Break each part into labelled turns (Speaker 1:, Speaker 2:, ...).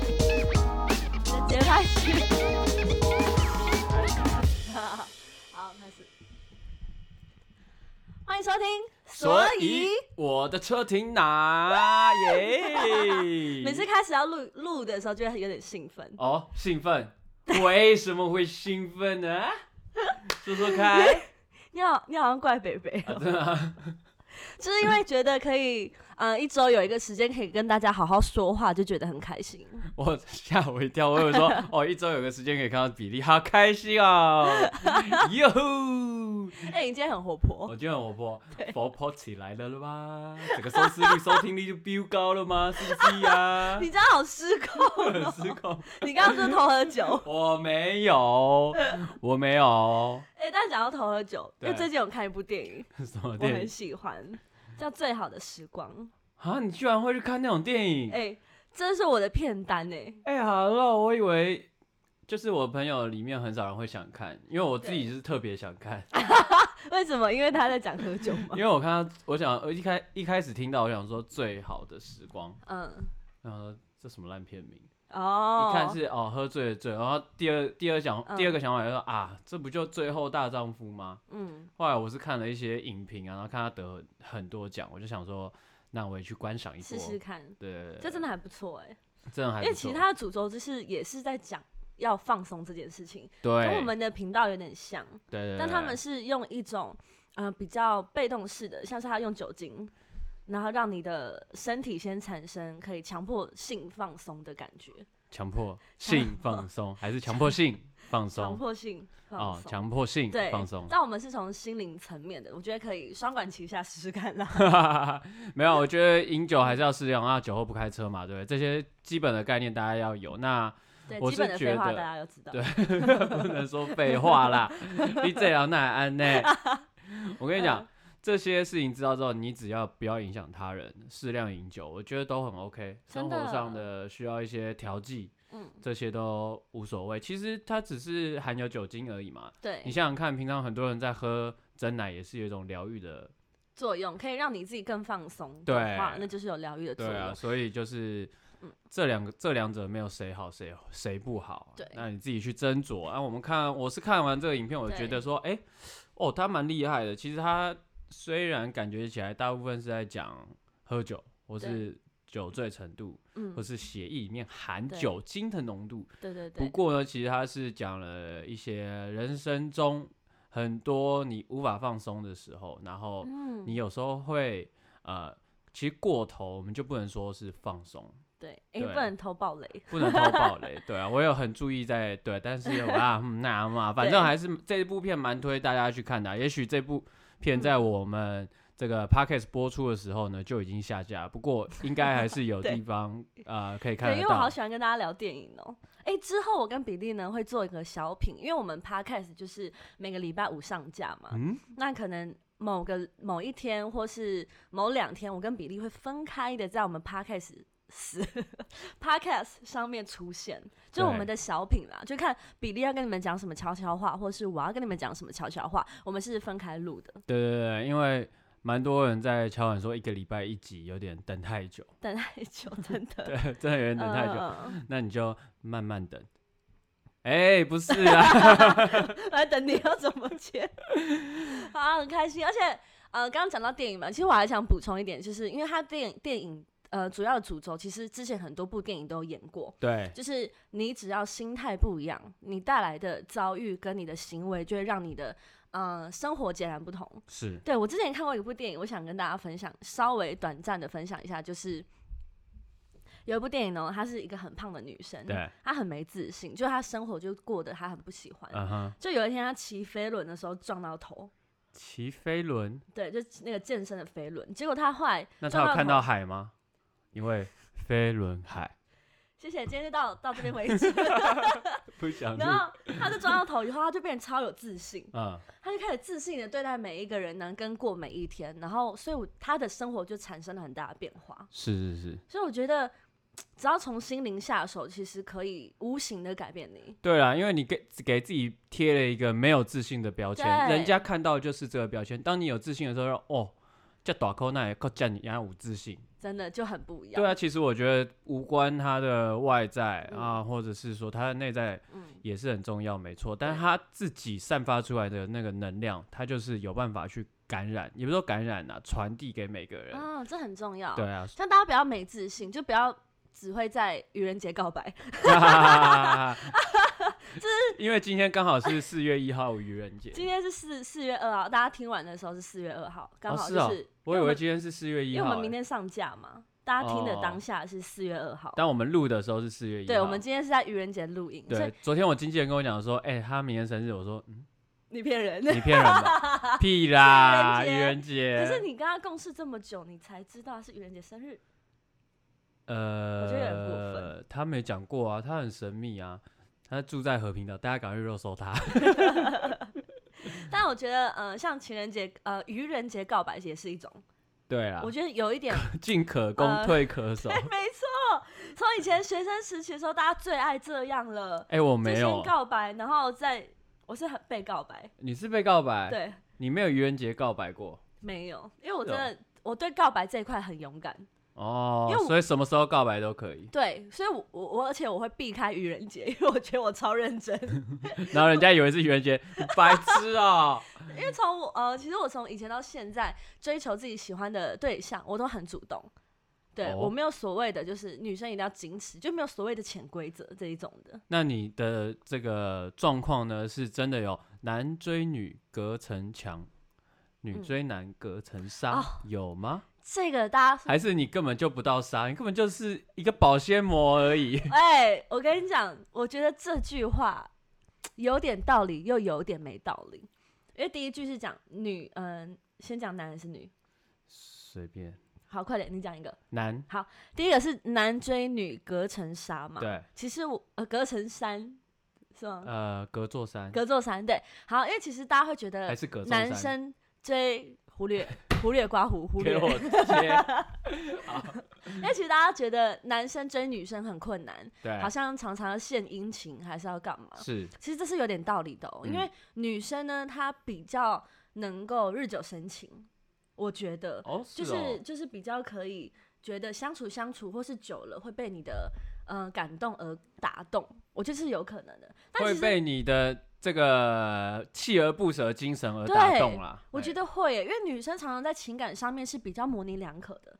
Speaker 1: 你的节拍器。好，开始。欢迎收听。
Speaker 2: 所以我的车停哪？耶！
Speaker 1: 每次开始要录录的时候，就会有点兴奋。
Speaker 2: 哦，兴奋，为什么会兴奋呢？说说看，
Speaker 1: 你好，你好像怪北北
Speaker 2: 啊
Speaker 1: 哦，
Speaker 2: 真的吗
Speaker 1: 就是因为觉得可以，呃，一周有一个时间可以跟大家好好说话，就觉得很开 心。
Speaker 2: 我吓我一跳，我有 说哦，一周有个时间可以看到比利，好开心哦！哟吼！
Speaker 1: 哎、你今天很活泼
Speaker 2: 我，今天很活泼，活泼起来了了吗？整个收视率、收听率就飙高了吗？是不是啊呀
Speaker 1: 你？这样好失控
Speaker 2: 很
Speaker 1: 哦、
Speaker 2: 失控，
Speaker 1: 你刚刚是不是偷喝 酒？
Speaker 2: 我没有，我没有
Speaker 1: 哎、但讲到偷喝酒，因为
Speaker 2: 对
Speaker 1: 最近有看一部电影，
Speaker 2: 什么
Speaker 1: 我
Speaker 2: 电
Speaker 1: 很
Speaker 2: 影
Speaker 1: 喜欢，叫《最好的时光》。
Speaker 2: 啊？你居然会去看那种电影？
Speaker 1: 哎、这是我的片单哎、
Speaker 2: 哎、好了，我以为就是我朋友里面很少人会想看，因为我自己是特别想看，
Speaker 1: 为什么？因为他在讲喝酒嘛
Speaker 2: 因。为我看到我想我一开一开始听到我想说最好的时光，
Speaker 1: 嗯，
Speaker 2: 然后说这什么烂片名，
Speaker 1: 哦，
Speaker 2: 一看是哦喝醉的醉，然后第二第二想、
Speaker 1: 嗯
Speaker 2: 第二个想法就说啊这不就最后大丈夫吗？
Speaker 1: 嗯，
Speaker 2: 后来我是看了一些影评啊，然后看他得很很多奖，我就想说那我也去观赏一波，
Speaker 1: 试试看，
Speaker 2: 对对对，
Speaker 1: 这真的
Speaker 2: 的
Speaker 1: 还不错哎、
Speaker 2: 真的还
Speaker 1: 因为
Speaker 2: 不
Speaker 1: 其
Speaker 2: 错
Speaker 1: 他的主轴就是也是在讲要放松这件事情，
Speaker 2: 对
Speaker 1: 跟我们的频道有点像，
Speaker 2: 对对对，
Speaker 1: 但他们
Speaker 2: 对
Speaker 1: 是用一种呃比较被动式的，像是他用酒精，然后让你的身体先产生可以强迫性放松的感觉，
Speaker 2: 强迫性 放松还是强迫性放
Speaker 1: 强
Speaker 2: 松？
Speaker 1: 迫性放
Speaker 2: 哦，
Speaker 1: 松。
Speaker 2: 强迫性
Speaker 1: 对，
Speaker 2: 放松，
Speaker 1: 但我们是从心灵层面的，我觉得可以双管齐下试试看啦。
Speaker 2: 没有，我觉得饮酒还是要适量啊，酒后不开车嘛，对不对？这些基本的概念大家要有，那
Speaker 1: 对，
Speaker 2: 我
Speaker 1: 基本
Speaker 2: 是
Speaker 1: 的
Speaker 2: 觉
Speaker 1: 废话
Speaker 2: 得
Speaker 1: 大家都知道。
Speaker 2: 对不能说废 话啦，你这样那还安呢？我跟你
Speaker 1: 嗯
Speaker 2: 讲，这些事情知道之后，你只要不要影响他人，适量饮酒，我觉得都很 OK。
Speaker 1: 真
Speaker 2: 生
Speaker 1: 的
Speaker 2: 活上的需要一些调剂，
Speaker 1: 嗯，
Speaker 2: 这些都无所谓。其实它只是含有酒精而已嘛。你
Speaker 1: 对，
Speaker 2: 想想看，平常很多人在喝真奶，也是有一种疗愈的
Speaker 1: 作用可以让你自己更放松的
Speaker 2: 对
Speaker 1: 话，那就是有疗愈的作
Speaker 2: 对
Speaker 1: 用。
Speaker 2: 啊，所以就是
Speaker 1: 嗯
Speaker 2: 这两个这两者没有谁好谁谁不好，啊
Speaker 1: 对
Speaker 2: 那你自己去斟酌。啊，我们看我是看完这个影片，我
Speaker 1: 对
Speaker 2: 觉得说，哎、哦，他蛮厉害的。其实他虽然感觉起来大部分是在讲喝酒或
Speaker 1: 对
Speaker 2: 是酒醉程度，
Speaker 1: 嗯
Speaker 2: 或，是血液里面含
Speaker 1: 对
Speaker 2: 酒精的浓度，
Speaker 1: 对对对
Speaker 2: 不。过呢，其实他是讲了一些人生中很多你无法放松的时候，然后。
Speaker 1: 嗯
Speaker 2: 你有时候会呃，其实过头，我们就不能说是放松，
Speaker 1: 对，哎、
Speaker 2: 对
Speaker 1: 不能投暴雷。
Speaker 2: 不 能偷爆雷，对啊，我有很注意在对，但是我啊嗯那嘛，反正还是这部片蛮推大家去看的啊、也许这部片
Speaker 1: 嗯
Speaker 2: 在我们。这个 podcast 播出的时候呢，就已经下架，不过应该还是有
Speaker 1: 对
Speaker 2: 地方呃可以看
Speaker 1: 对，因
Speaker 2: 得
Speaker 1: 为我好
Speaker 2: 到。
Speaker 1: 喜欢跟大家聊电影哦、哎、之后我跟比利呢会做一个小品，因为我们 podcast 就是每个礼拜五上架嘛。
Speaker 2: 嗯，
Speaker 1: 那可能某个某一天或是某两天，我跟比利会分开的在我们 podcast 死 podcast 上面出现，就我们的小品啦，就看比利要跟你们讲什么悄悄话，或是我要跟你们讲什么悄悄话，我们是分开录的。
Speaker 2: 对对对，因为蛮多人在敲碗说一个礼拜一集有点等太久，
Speaker 1: 等太久，真的，
Speaker 2: 对，真的有点等太久。
Speaker 1: 嗯，
Speaker 2: 那你就慢慢等。哎、不是啊，
Speaker 1: 来哎等你要怎么接？ 啊，很开心，而且呃，刚刚讲到电影嘛，其实我还想补充一点，就是因为它电影电影呃主要的主轴，其实之前很多部电影都有演过，
Speaker 2: 对
Speaker 1: 就是你只要心态不一样，你带来的遭遇跟你的行为，就会让你的呃生活截然不同。
Speaker 2: 是，
Speaker 1: 对我之前看过一部电影，我想跟大家分享，稍微短暂的分享一下，就是有一部电影呢，她是一个很胖的女生，
Speaker 2: 对，
Speaker 1: 她很没自信，就她生活就过得她很不喜欢。
Speaker 2: 嗯哼，
Speaker 1: 就有一天她骑飞轮的时候撞到头，
Speaker 2: 骑飞轮，
Speaker 1: 对，就那个健身的飞轮，结果她后来
Speaker 2: 那他
Speaker 1: 撞
Speaker 2: 有看
Speaker 1: 头
Speaker 2: 到海吗？因为飞 轮海
Speaker 1: 谢谢，今天就到到这边为止。
Speaker 2: 不想
Speaker 1: 然后她就撞到头以后，她就变得超有自信，
Speaker 2: 嗯，
Speaker 1: 他就开始自信的对待每一个人呢，跟过每一天，然后所以我他的生活就产生了很大的变化。
Speaker 2: 是是是，
Speaker 1: 所以我觉得，嘖只要从心灵下手，其实可以无形的改变你。
Speaker 2: 对啦，因为你给给自己贴了一个没有自信的标签，
Speaker 1: 对
Speaker 2: 人家看到就是这个标签。当你有自信的时候，哦，叫短扣那也靠叫你，然后有自信。
Speaker 1: 真的就很不一样。
Speaker 2: 对啊，，其实我觉得无关他的外在
Speaker 1: 嗯
Speaker 2: 啊，或者是说他的内在
Speaker 1: 嗯，
Speaker 2: 也是很重要，没错。但
Speaker 1: 对
Speaker 2: 是他自己散发出来的那个能量，他就是有办法去感染，也不是说感染啊，传递给每个人。
Speaker 1: 啊，这很重要。
Speaker 2: 对， 啊，
Speaker 1: 像大家不要没自信，就不要只会在愚人节告白。
Speaker 2: 因为今天刚好是四月一号愚人节，
Speaker 1: 今天是四四月二号，大家听完的时候是四月二号，刚好
Speaker 2: 是
Speaker 1: 就
Speaker 2: 哦
Speaker 1: 是
Speaker 2: 我
Speaker 1: 因为
Speaker 2: 以为
Speaker 1: 们
Speaker 2: 今天是四月一
Speaker 1: 因为我
Speaker 2: 号
Speaker 1: 们明
Speaker 2: 欸，
Speaker 1: 天上架嘛，大家听的
Speaker 2: 哦
Speaker 1: 当下是四月二号。
Speaker 2: 但我们录的时候是四月一号。
Speaker 1: 对，我们今天是在愚人节录影，所以
Speaker 2: 对，昨天我经纪人跟我讲说，哎、他明天生日，我说、 嗯、
Speaker 1: 你骗人。
Speaker 2: 你骗人吧，屁啦，
Speaker 1: 愚
Speaker 2: 愚
Speaker 1: 人
Speaker 2: 人节。
Speaker 1: 可是你跟他共事这么久，你才知道他是愚人节生日，
Speaker 2: 呃，
Speaker 1: 觉得有点过分
Speaker 2: 他没讲过啊，他很神秘啊，他住在和平岛，大家赶快去肉搜他。
Speaker 1: 但我觉得，呃，像情人节，呃，愚人节告白也是一种，
Speaker 2: 对啦
Speaker 1: 我，觉得有一 点
Speaker 2: 进可攻，
Speaker 1: 呃
Speaker 2: 退 可守。
Speaker 1: 没错，从以前学生时期的时候，大家最爱这样了，
Speaker 2: 哎、我
Speaker 1: 就
Speaker 2: 没有
Speaker 1: 先，告白，然后再，我是很被告白，
Speaker 2: 你是被告白，
Speaker 1: 对，
Speaker 2: 你没有愚人节告白过
Speaker 1: 没有，因为我
Speaker 2: 是
Speaker 1: 真
Speaker 2: 哦
Speaker 1: 的我对告白这一块很勇敢，
Speaker 2: 哦
Speaker 1: 因为我，。
Speaker 2: 所以什么时候告白都可以
Speaker 1: 对，所以我我我而且我会避开愚人节，因为我觉得我超认真，
Speaker 2: 然后人家以为是愚人节，白痴啊、
Speaker 1: 因为从我呃，其实我从以前到现在追求自己喜欢的对象，我都很主动。对、
Speaker 2: 哦
Speaker 1: 我没有所谓的，就是女生一定要矜持，就没有所谓的潜规则这一种的。
Speaker 2: 那你的这个状况呢，是真的有男追女隔层墙，女
Speaker 1: 嗯
Speaker 2: 追男隔层纱，
Speaker 1: 哦
Speaker 2: 有吗？
Speaker 1: 这个大 家，。
Speaker 2: 还是你根本就不到纱，你根本就是一个保鲜膜而已
Speaker 1: 哎、我跟你讲，我觉得这句话有点道理，又有点没道理。因为第一句是讲女，嗯、先讲男还是女？
Speaker 2: 随便，
Speaker 1: 好，快点，你讲一个。
Speaker 2: 男
Speaker 1: 第一个是男追女隔层纱嘛，
Speaker 2: 对，
Speaker 1: 其实我呃隔层山是吗？
Speaker 2: 呃，隔座山
Speaker 1: 隔座山对，好，因为其实大家会觉得
Speaker 2: 还是隔座山？
Speaker 1: 男生追忽略 忽略刮胡忽
Speaker 2: 给
Speaker 1: 略，
Speaker 2: 我 接，
Speaker 1: 因为其实大家觉得男生追女生很困难，
Speaker 2: 对
Speaker 1: 好，像常常要献殷勤，还是要干嘛？
Speaker 2: 哎是嗯
Speaker 1: 其实这是有点道理的、哦，因为女生呢，她比较能够日久生情，我觉得
Speaker 2: 哦，
Speaker 1: 就是
Speaker 2: 哦，
Speaker 1: 就是比较可以觉得相处相处，或是久了会被你的嗯、呃感动而打动，我觉得是有可能的。但
Speaker 2: 会
Speaker 1: 其实
Speaker 2: 被你的这个锲而不舍精神而打
Speaker 1: 对
Speaker 2: 动啦。哎
Speaker 1: 我觉
Speaker 2: 得，
Speaker 1: 得会耶，因为女生常常在情感上面是比较模棱两可的，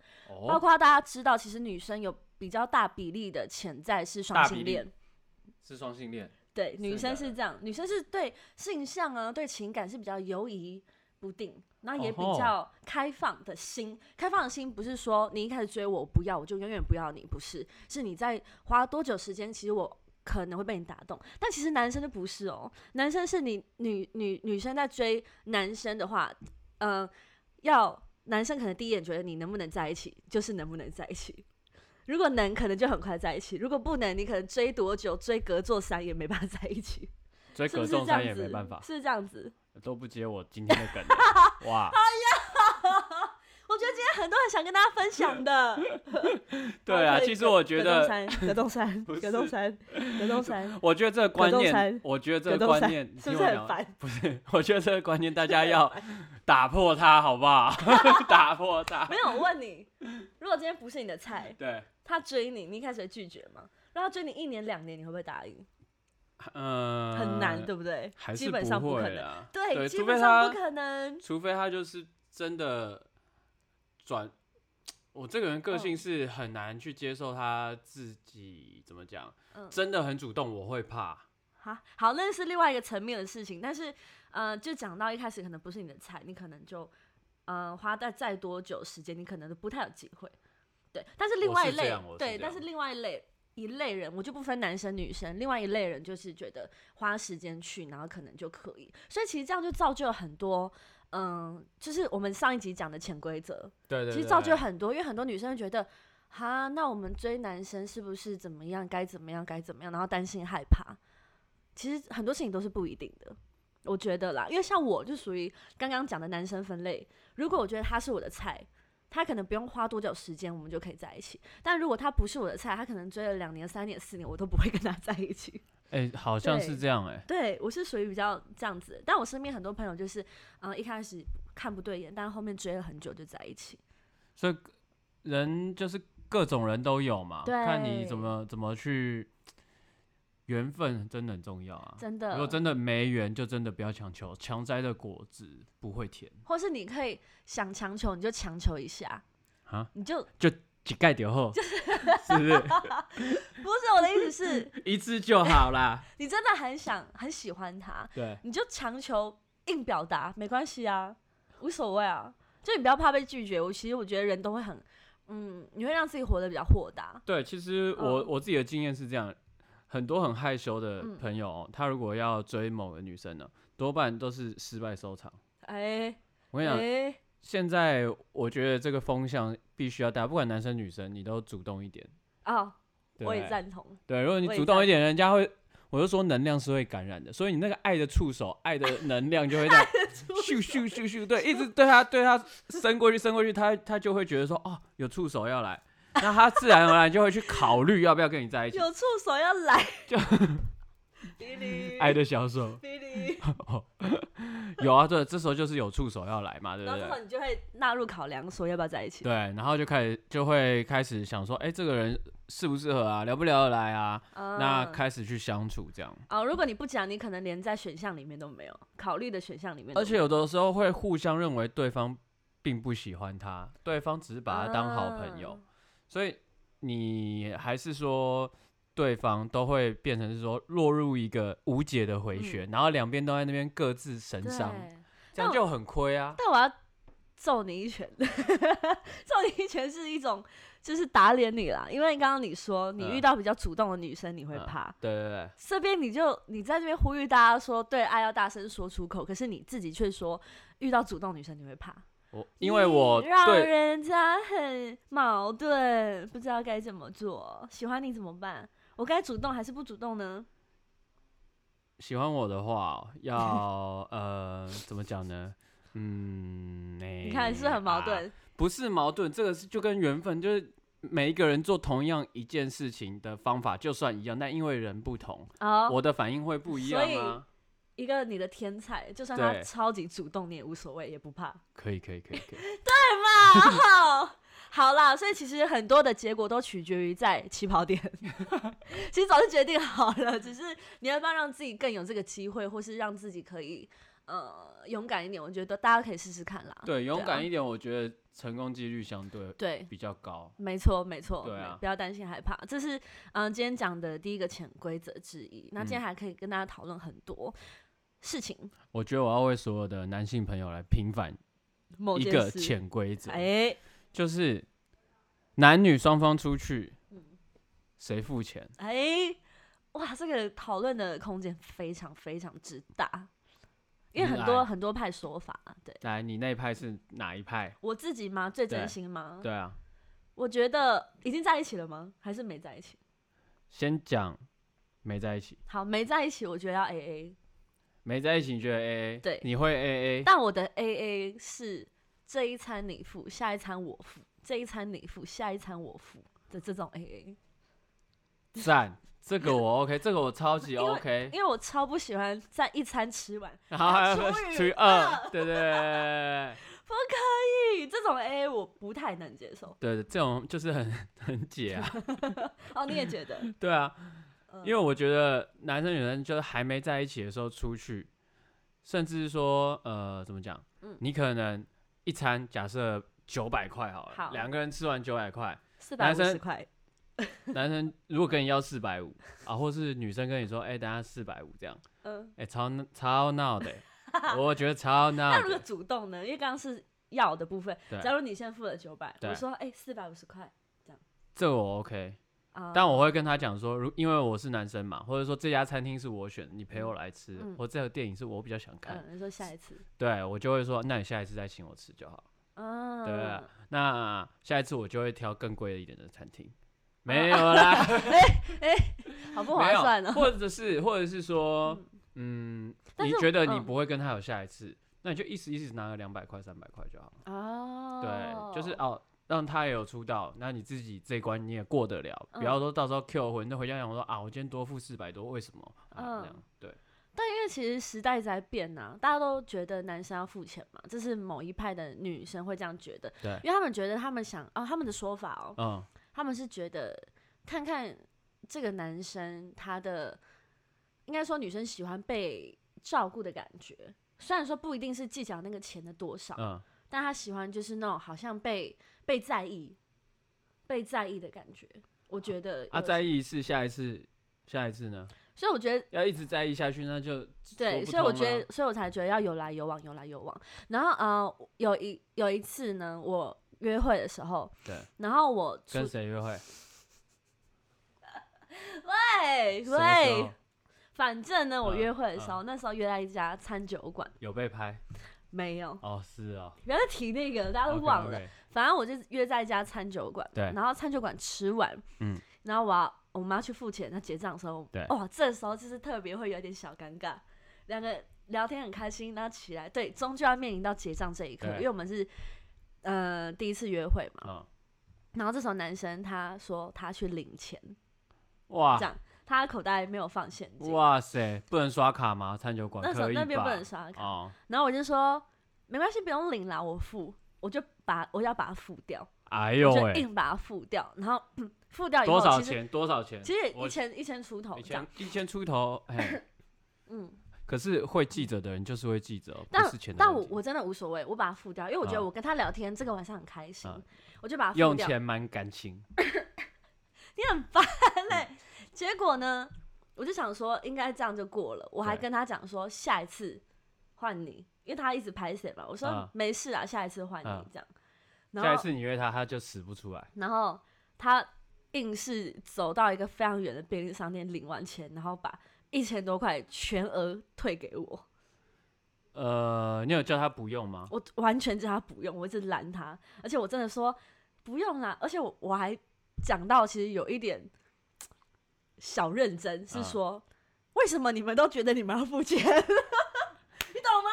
Speaker 1: 包
Speaker 2: 哦，
Speaker 1: 括大家知道，其实女生有比较大比例的潜在是双
Speaker 2: 大
Speaker 1: 性
Speaker 2: 比例
Speaker 1: 恋。
Speaker 2: 是双性恋，
Speaker 1: 对，
Speaker 2: 真的
Speaker 1: 女
Speaker 2: 假
Speaker 1: 生
Speaker 2: 的
Speaker 1: 是这样，女生是对性向啊，对情感是比较犹疑不定，然后也比
Speaker 2: 哦吼
Speaker 1: 较开放的心。开放的心不是说你一开始追我我不要，我就永远不要你，不是，是你在花多久时间，其实我。可能会被你打动，但其实男生就不是哦。男生是你女女女生在追男生的话，嗯、要男生可能第一眼觉得你能不能在一起，就是能不能在一起。如果能，可能就很快在一起；如果不能，你可能追多久，追隔座山也没办法在一起，
Speaker 2: 所以
Speaker 1: 是不
Speaker 2: 隔
Speaker 1: 是这样
Speaker 2: 座山
Speaker 1: 子？
Speaker 2: 也没办法。
Speaker 1: 是这样子。
Speaker 2: 都不接我今天的梗了， 哇！
Speaker 1: 我觉得今天很多人想跟大家分享的。
Speaker 2: 对啊，
Speaker 1: 好可以
Speaker 2: 其实我觉
Speaker 1: 葛东
Speaker 2: 得，
Speaker 1: 山，葛东山，
Speaker 2: 不是
Speaker 1: 葛东山，葛东山，
Speaker 2: 我觉得这个观
Speaker 1: 葛东山
Speaker 2: 念，我觉得
Speaker 1: 葛
Speaker 2: 这个
Speaker 1: 东
Speaker 2: 观
Speaker 1: 山
Speaker 2: 念，你
Speaker 1: 是
Speaker 2: 听
Speaker 1: 不
Speaker 2: 我
Speaker 1: 是
Speaker 2: 讲
Speaker 1: 很
Speaker 2: 完，
Speaker 1: 烦？
Speaker 2: 不是，我觉得这个观念大家
Speaker 1: 啊
Speaker 2: 要打破它，好 不好？打破它
Speaker 1: 没。有，我问你，如果今天不是你的菜，
Speaker 2: 对，
Speaker 1: 他追你，你一开始会拒绝吗？让他追你一年两年，你会不会答应？
Speaker 2: 嗯，
Speaker 1: 很难，，对不对？
Speaker 2: 还
Speaker 1: 基
Speaker 2: 是
Speaker 1: 本上
Speaker 2: 不
Speaker 1: 可
Speaker 2: 会
Speaker 1: 能。
Speaker 2: 啊。
Speaker 1: 对，
Speaker 2: 对
Speaker 1: 基
Speaker 2: 除
Speaker 1: 本
Speaker 2: 非
Speaker 1: 上
Speaker 2: 他
Speaker 1: 不可能。
Speaker 2: 除非他就是真的转。我这个人个性
Speaker 1: 嗯
Speaker 2: 是很难去接受他自己怎么讲，
Speaker 1: 嗯
Speaker 2: 真的很主动，我会怕。
Speaker 1: 好，好，那是另外一个层面的事情。但是，呃，就讲到一开始可能不是你的菜，你可能就，呃，花再再多久时间，你可能都不太有机会。对，但是另
Speaker 2: 我
Speaker 1: 外一
Speaker 2: 是这
Speaker 1: 类
Speaker 2: 样我，是
Speaker 1: 对，
Speaker 2: 这
Speaker 1: 但
Speaker 2: 样
Speaker 1: 是另外一类一类人，我就不分男生女生，另外一类人就是觉得花时间去，然后可能就可以。所以其实这样就造就了很多，嗯、就是我们上一集讲的潜规则，
Speaker 2: 对对对，
Speaker 1: 其实造就
Speaker 2: 对
Speaker 1: 很多，因为很多女生会觉得，哈，那我们追男生是不是怎么样？该怎么样？该怎么样？然后担心害怕。其实很多事情都是不一定的，我觉得啦，因为像我就属于刚刚讲的男生分类，如果我觉得他是我的菜。他可能不用花多久时间，我们就可以在一起。但如果他不是我的菜，他可能追了两年、三年、四年，我都不会跟他 在一起。
Speaker 2: 哎、好像
Speaker 1: 对
Speaker 2: 是这样哎、
Speaker 1: 对我是属于比较这样子，但我身边很多朋友就是，嗯、一开始看不对眼，但后面追了很久就在一起。
Speaker 2: 所以人就是各种人都有嘛，
Speaker 1: 对
Speaker 2: 看你怎么怎么去，缘分真的很重要啊。
Speaker 1: 真
Speaker 2: 如
Speaker 1: 的
Speaker 2: 果，真的没缘，就真的不要强求，强摘的果子不会甜
Speaker 1: 或是你可以想强求，你就强求一下，
Speaker 2: 啊，
Speaker 1: 你就
Speaker 2: 几盖掉后， 是不是
Speaker 1: 不是我的意思是，
Speaker 2: 一次就好啦？
Speaker 1: 你真的很想很喜欢他，
Speaker 2: 对，
Speaker 1: 你就强求硬表达，没关系啊，无所谓啊，就你不要怕被拒绝。我其实我觉得人都会很，嗯，你会让自己活得比较豁达。
Speaker 2: 对，其实我、
Speaker 1: 嗯
Speaker 2: 我自己的经验是这样，很多很害羞的
Speaker 1: 嗯
Speaker 2: 朋友哦、他如果要追某个女生呢，多半都是失败收场。
Speaker 1: 哎、
Speaker 2: 我跟你
Speaker 1: 哎、
Speaker 2: 讲，现在我觉得这个风向必须要大家，不管男生女生，你都主动一点。
Speaker 1: 哦，
Speaker 2: 对
Speaker 1: 我
Speaker 2: 不
Speaker 1: 也
Speaker 2: 对
Speaker 1: 赞同，
Speaker 2: 对，如果你
Speaker 1: 我也
Speaker 2: 主动一点，人家会，我就说能量是会感染的，所以你那个爱的触手，爱的能量就会在咻咻咻 咻，对，一直对他对他伸过去伸过去，他他就会觉得说哦，有触手要来，那他自然而然就会去考虑要不要跟你在一起。
Speaker 1: 有触手要来，
Speaker 2: 就
Speaker 1: 哔哩
Speaker 2: 爱的小手
Speaker 1: 哔哩，
Speaker 2: 有啊，对，这时候就是有触手要来嘛，对
Speaker 1: 然
Speaker 2: 不
Speaker 1: 后之
Speaker 2: 对
Speaker 1: 后？你就会纳入考量，说要不要在一起。
Speaker 2: 对，然后就开始就会开始想说，哎、这个人适不适合啊，聊不聊得来啊？
Speaker 1: 嗯
Speaker 2: 那开始去相处这样，
Speaker 1: 哦，如果你不讲，你可能连在选项里面都没有考虑的选项里面都没有，
Speaker 2: 而且有的时候会互相认为对方并不喜欢他，对方只是把他当好朋友，
Speaker 1: 啊
Speaker 2: 所以你还是说对方都会变成是说落入一个无解的回旋，然后两边都在那边各自神伤，
Speaker 1: 嗯对
Speaker 2: 这
Speaker 1: 但
Speaker 2: 样就很亏啊。
Speaker 1: 但我要揍你一拳，揍你一拳是一种就是打脸你啦，因为刚刚你说你
Speaker 2: 嗯
Speaker 1: 遇到比较主动的女生你会
Speaker 2: 嗯
Speaker 1: 怕，
Speaker 2: 对对对，
Speaker 1: 这边你就你在这边呼吁大家说对爱要大声说出口，可是你自己却说遇到主动女生你会怕，
Speaker 2: 我因为我
Speaker 1: 你让
Speaker 2: 对
Speaker 1: 人家很矛盾，不知道该怎么做，喜欢你怎么办？我该主动还是不主动呢？
Speaker 2: 喜欢我的话哦，要呃怎么讲呢？嗯，
Speaker 1: 你看是不是很矛
Speaker 2: 啊
Speaker 1: 盾，
Speaker 2: 不是矛盾，这个是就跟缘分，就是每一个人做同样一件事情的方法就算一样，但因为人不同，
Speaker 1: 好、
Speaker 2: 我的反应会不一
Speaker 1: 哦所
Speaker 2: 样
Speaker 1: 以
Speaker 2: 吗？
Speaker 1: 一个你的天才，就算他
Speaker 2: 对
Speaker 1: 超级主动，你也无所谓，也不 怕。
Speaker 2: 可以，可以，可以，可以。
Speaker 1: 好，好啦，所以其实很多的结果都取决于在起跑 点，其实早就决定好了，只是你要不要让自己更有这个机会，或是让自己可以呃勇敢一点，我觉得大家可以试试看啦。
Speaker 2: 对，勇
Speaker 1: 啊
Speaker 2: 敢一点，我觉得成功几率相对
Speaker 1: 对，
Speaker 2: 比较高。
Speaker 1: 没错，没错，
Speaker 2: 对
Speaker 1: 没
Speaker 2: 啊
Speaker 1: 不要担心害怕，这是嗯、呃今天讲的第一个潜规则之一。那今天
Speaker 2: 嗯
Speaker 1: 还可以跟大家讨论很多事情，
Speaker 2: 我觉得我要为所有的男性朋友来平反
Speaker 1: 某
Speaker 2: 一
Speaker 1: 件
Speaker 2: 个
Speaker 1: 事，
Speaker 2: 潜规则，
Speaker 1: 哎，
Speaker 2: 就是男女双方出去，
Speaker 1: 嗯
Speaker 2: 谁付钱？
Speaker 1: 哎、哇，这个讨论的空间非常非常之大，因为
Speaker 2: 你
Speaker 1: 很多
Speaker 2: 来
Speaker 1: 很多派说法啊。对
Speaker 2: 来，你那一派是哪一派？
Speaker 1: 我自己吗？最真
Speaker 2: 对
Speaker 1: 心吗？
Speaker 2: 对啊，
Speaker 1: 我觉得已经在一起了吗？还是没在一起？
Speaker 2: 先讲没在一起。
Speaker 1: 好，没在一起，我觉得要 A A，
Speaker 2: 没在一起，你觉得 A A？
Speaker 1: 对
Speaker 2: 你会 A A？
Speaker 1: 但我的 A A 是这一餐你付，下一餐我付，这一餐你付，下一餐我付的这种 A A，
Speaker 2: 赞，这个 我 OK，这个我超级
Speaker 1: 因为
Speaker 2: OK。
Speaker 1: 因为我超不喜欢在一餐吃完，
Speaker 2: 然后还有
Speaker 1: 除以
Speaker 2: 除以二，对对对对
Speaker 1: 不可以，这种 A A 我不太能接受。
Speaker 2: 对对，这种就是很很 解啊，
Speaker 1: 哦，你也觉得？
Speaker 2: 对啊，
Speaker 1: 嗯
Speaker 2: 因为我觉得男生女生就是还没在一起的时候出去，甚至是说呃怎么讲
Speaker 1: 嗯，
Speaker 2: 你可能一餐假设九百块好
Speaker 1: 好
Speaker 2: 了，两个人吃完九百块，
Speaker 1: 四百
Speaker 2: 男
Speaker 1: 五
Speaker 2: 生
Speaker 1: 十块，
Speaker 2: 男生如果跟你要四百五啊，或是女生跟你说哎，等下四百五这样，
Speaker 1: 嗯。
Speaker 2: 哎超闹超闹的 欸，我觉得超闹
Speaker 1: 那如果
Speaker 2: 的，
Speaker 1: 主动呢？因为刚刚是要的部分，
Speaker 2: 对
Speaker 1: 假如你先付了九百，
Speaker 2: 对
Speaker 1: 我说哎四百五十块
Speaker 2: 这个我 OK。
Speaker 1: 啊，
Speaker 2: 但我会跟他讲说，如因为我是男生嘛，或者说这家餐厅是我选，你陪我来吃，
Speaker 1: 嗯
Speaker 2: 或这个电影是我比较想看，
Speaker 1: 嗯，你说下一次，
Speaker 2: 对我就会说，那你下一次再请我吃就好。
Speaker 1: 嗯，
Speaker 2: 对啊那下一次我就会挑更贵一点的餐厅，没有 啦，
Speaker 1: 好不划
Speaker 2: 没
Speaker 1: 算
Speaker 2: 有，
Speaker 1: 哦。
Speaker 2: 或者是或者是说，嗯，
Speaker 1: 但
Speaker 2: 你
Speaker 1: 是
Speaker 2: 觉得你
Speaker 1: 嗯
Speaker 2: 不会跟他有下一次，那你就一时一时拿个两百块、三百块就好了。
Speaker 1: 哦，
Speaker 2: 对，就是哦。让他也有出道，那你自己这一关你也过得了，
Speaker 1: 嗯
Speaker 2: 不要说到时候 Q 魂，那回家想说啊，我今天多付四百多，为什么？啊，
Speaker 1: 嗯
Speaker 2: 这样对。
Speaker 1: 但因为其实时代在变呐、大家都觉得男生要付钱嘛，这是某一派的女生会这样觉得，
Speaker 2: 对
Speaker 1: 因为他们觉得他们想哦，他们的说法哦，
Speaker 2: 嗯，
Speaker 1: 他们是觉得看看这个男生他的，应该说女生喜欢被照顾的感觉，虽然说不一定是计较那个钱的多少，
Speaker 2: 嗯，
Speaker 1: 但他喜欢就是那种好像被被在意、被在意的感觉。我觉得
Speaker 2: 啊，
Speaker 1: 有
Speaker 2: 在，意一次，下一次，下一次呢？
Speaker 1: 所以我觉得
Speaker 2: 要一直在意下去，那就
Speaker 1: 对，
Speaker 2: 说不
Speaker 1: 所以我
Speaker 2: 通
Speaker 1: 觉
Speaker 2: 啊
Speaker 1: 得，所以我才觉得要有来有往，有来有往。然后呃，有一有一次呢，我约会的时候，
Speaker 2: 对，
Speaker 1: 然后我出
Speaker 2: 跟谁约会？
Speaker 1: 喂
Speaker 2: 什么时
Speaker 1: 喂
Speaker 2: 候，
Speaker 1: 反正呢，我
Speaker 2: 嗯
Speaker 1: 约会的时候，那时候约在一家餐酒馆，
Speaker 2: 有被拍？
Speaker 1: 没有，
Speaker 2: 哦，是哦，
Speaker 1: 不要再提那个了，大家都忘了。
Speaker 2: OK，OK
Speaker 1: 反正我就约在一家餐酒馆，
Speaker 2: 对
Speaker 1: 然后餐酒馆吃完，
Speaker 2: 嗯，
Speaker 1: 然后我要我们要去付钱，那结账的时候，
Speaker 2: 对
Speaker 1: 哇，这时候就是特别会有点小尴尬，两个聊天很开心，然后起来，对，终究要面临到结账这一刻，
Speaker 2: 对
Speaker 1: 因为我们是呃第一次约会嘛，
Speaker 2: 嗯，
Speaker 1: 然后这时候男生他说他去领钱，这
Speaker 2: 哇
Speaker 1: 样他口袋没有放现金，
Speaker 2: 哇塞，不能刷卡吗？餐酒馆
Speaker 1: 那时候
Speaker 2: 可以
Speaker 1: 那边不
Speaker 2: 吧
Speaker 1: 能刷卡，
Speaker 2: 哦
Speaker 1: 然后我就说没关系，不用领啦，我付，我就把我要把它付掉。
Speaker 2: 哎
Speaker 1: 我
Speaker 2: 呦
Speaker 1: 就
Speaker 2: 喂，
Speaker 1: 硬把它付掉，然后、 嗯付掉以后
Speaker 2: 多少
Speaker 1: 其实
Speaker 2: 钱？多少钱？
Speaker 1: 其实
Speaker 2: 我
Speaker 1: 一千一千出头
Speaker 2: 一
Speaker 1: 这样
Speaker 2: 千，一千出头，嘿
Speaker 1: 嗯，
Speaker 2: 可是会记着的人就是会记着，哦
Speaker 1: 但
Speaker 2: 不是钱的
Speaker 1: 但
Speaker 2: 问
Speaker 1: 我
Speaker 2: 题
Speaker 1: 我真的无所谓，我把它付掉，因为我觉得
Speaker 2: 啊
Speaker 1: 我跟他聊天、这个晚上很开心，
Speaker 2: 啊
Speaker 1: 我就把它付
Speaker 2: 用
Speaker 1: 掉。
Speaker 2: 钱买感情，
Speaker 1: 你很烦嘞、结果呢，我就想说应该这样就过了，我还
Speaker 2: 对
Speaker 1: 跟他讲说下一次换你，因为他一直拍谁嘛，我说、
Speaker 2: 啊
Speaker 1: 没事啊，下一次换你
Speaker 2: 啊
Speaker 1: 这样。然后
Speaker 2: 下一次你约他，他就死不出来。
Speaker 1: 然后他硬是走到一个非常远的便利商店领完钱，然后把一千多块全额退给我。
Speaker 2: 呃，你有叫他不用吗？
Speaker 1: 我完全叫他不用，我一直拦他，而且我真的说不用啦，而且我我还讲到其实有一点嘖小认真，是
Speaker 2: 嗯
Speaker 1: 说、为什么你们都觉得你们要付钱，你 懂吗？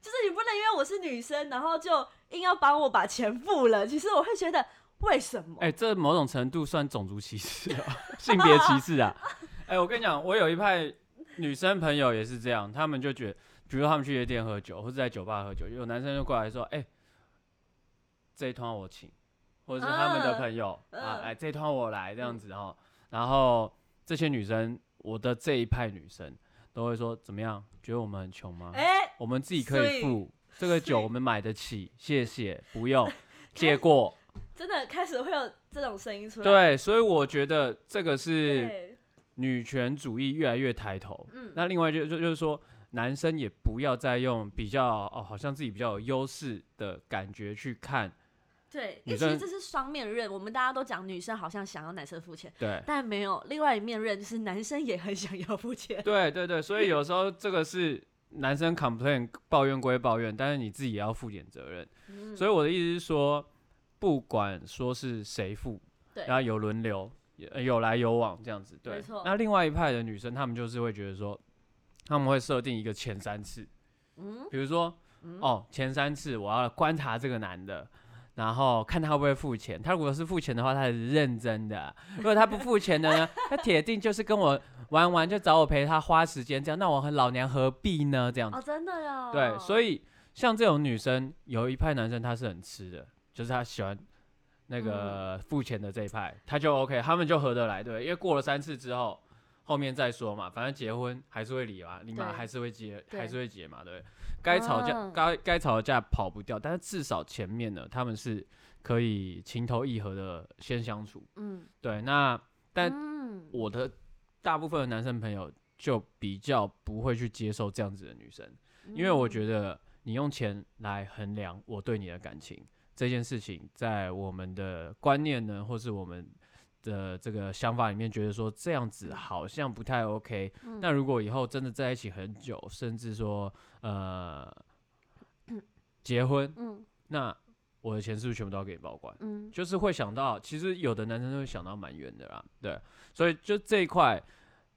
Speaker 1: 就是你不能因为我是女生，然后就硬要帮我把钱付了。其实我会觉得为什么？
Speaker 2: 哎、这某种程度算种族歧视啊，性别歧视啊。 哎、我跟你讲，我有一派女生朋友也是这样，她们就觉得，比如他们去夜店喝酒，或者在酒吧喝酒，有男生就过来说，哎、这一团我请，或者是他们的朋友
Speaker 1: 嗯
Speaker 2: 啊，
Speaker 1: 嗯
Speaker 2: 哎、这一团我来这样子哦。然后这些女生，我的这一派女生都会说，怎么样？觉得我们很穷吗？
Speaker 1: 哎、
Speaker 2: 我们自己可以
Speaker 1: 所以
Speaker 2: 付这个酒，
Speaker 1: 所以
Speaker 2: 我们买得起，谢谢，不用， 借过。
Speaker 1: 真的开始会有这种声音出来。
Speaker 2: 对，所以我觉得这个是
Speaker 1: 啊对，
Speaker 2: 女权主义越来越抬头。
Speaker 1: 嗯，
Speaker 2: 那另外就就就是说，男生也不要再用比较哦，好像自己比较有优势的感觉去看。
Speaker 1: 对，因为
Speaker 2: 女
Speaker 1: 其实
Speaker 2: 生
Speaker 1: 这是双面刃。我们大家都讲女生好像想要男生付钱，
Speaker 2: 对，
Speaker 1: 但没有另外一面刃，就是男生也很想要付 钱。
Speaker 2: 对对对，所以有时候这个是男生 complain 抱怨归抱怨，但是你自己也要负点责任。
Speaker 1: 嗯，
Speaker 2: 所以我的意思是说，不管说是谁付，
Speaker 1: 对
Speaker 2: 然后有轮流，呃有来有往这样子。对
Speaker 1: 没错，
Speaker 2: 那另外一派的女生，她们就是会觉得说，她们会设定一个前三次，
Speaker 1: 嗯
Speaker 2: 比如说，哦，前三次我要观察这个男的。然后看他会不会付钱，他如果是付钱的话，他是认真的；如果他不付钱 的呢，他铁定就是跟我玩完就找我陪他花时间，这样那我和老娘何必呢？这样子。
Speaker 1: 哦，真的呀，
Speaker 2: 对，所
Speaker 1: 以
Speaker 2: 以像这种女生，有一派男生他是很吃的，就是他喜欢那个
Speaker 1: 嗯
Speaker 2: 付钱的这一派，他就 OK，他们就合得来，对，因为过了三次之后，后面再说嘛，反正结婚还是会离嘛，离嘛
Speaker 1: 对
Speaker 2: 还是会结，
Speaker 1: 对
Speaker 2: 还是会结嘛，对，该吵架
Speaker 1: 嗯
Speaker 2: 该该吵的架跑不掉，但是至少前面呢，他们是可以情投意合的先相处，
Speaker 1: 嗯，
Speaker 2: 对，那但
Speaker 1: 嗯
Speaker 2: 我的大部分的男生朋友就比较不会去接受这样子的女生。因为我
Speaker 1: 嗯
Speaker 2: 觉得你用钱来衡量我对你的感情这件事情，在我们的观念呢，或是我们的这个想法里面，觉得说这样子好像不太 OK、
Speaker 1: 嗯
Speaker 2: 那如果以后真的在一起很久，甚至说呃结婚，
Speaker 1: 嗯
Speaker 2: 那我的钱是不是全部都要给你保管？
Speaker 1: 嗯
Speaker 2: 就是会想到，其实有的男生都会想到蛮远的啦，对，所以就这一块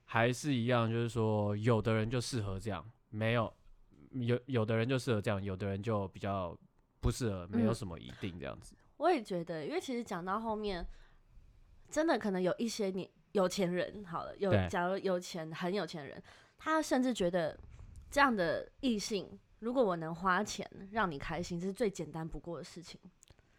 Speaker 2: 还是一样，就是说有的人就适合这样，没有有有的人就适合这样，有的人就比较不适合，没有
Speaker 1: 嗯
Speaker 2: 什么一定这样子。
Speaker 1: 我也觉得，因为其实讲到后面，真的可能有一些你有钱人好了，有
Speaker 2: 对
Speaker 1: 假如有钱很有钱人，他甚至觉得这样的异性，如果我能花钱让你开心，这是最简单不过的事情。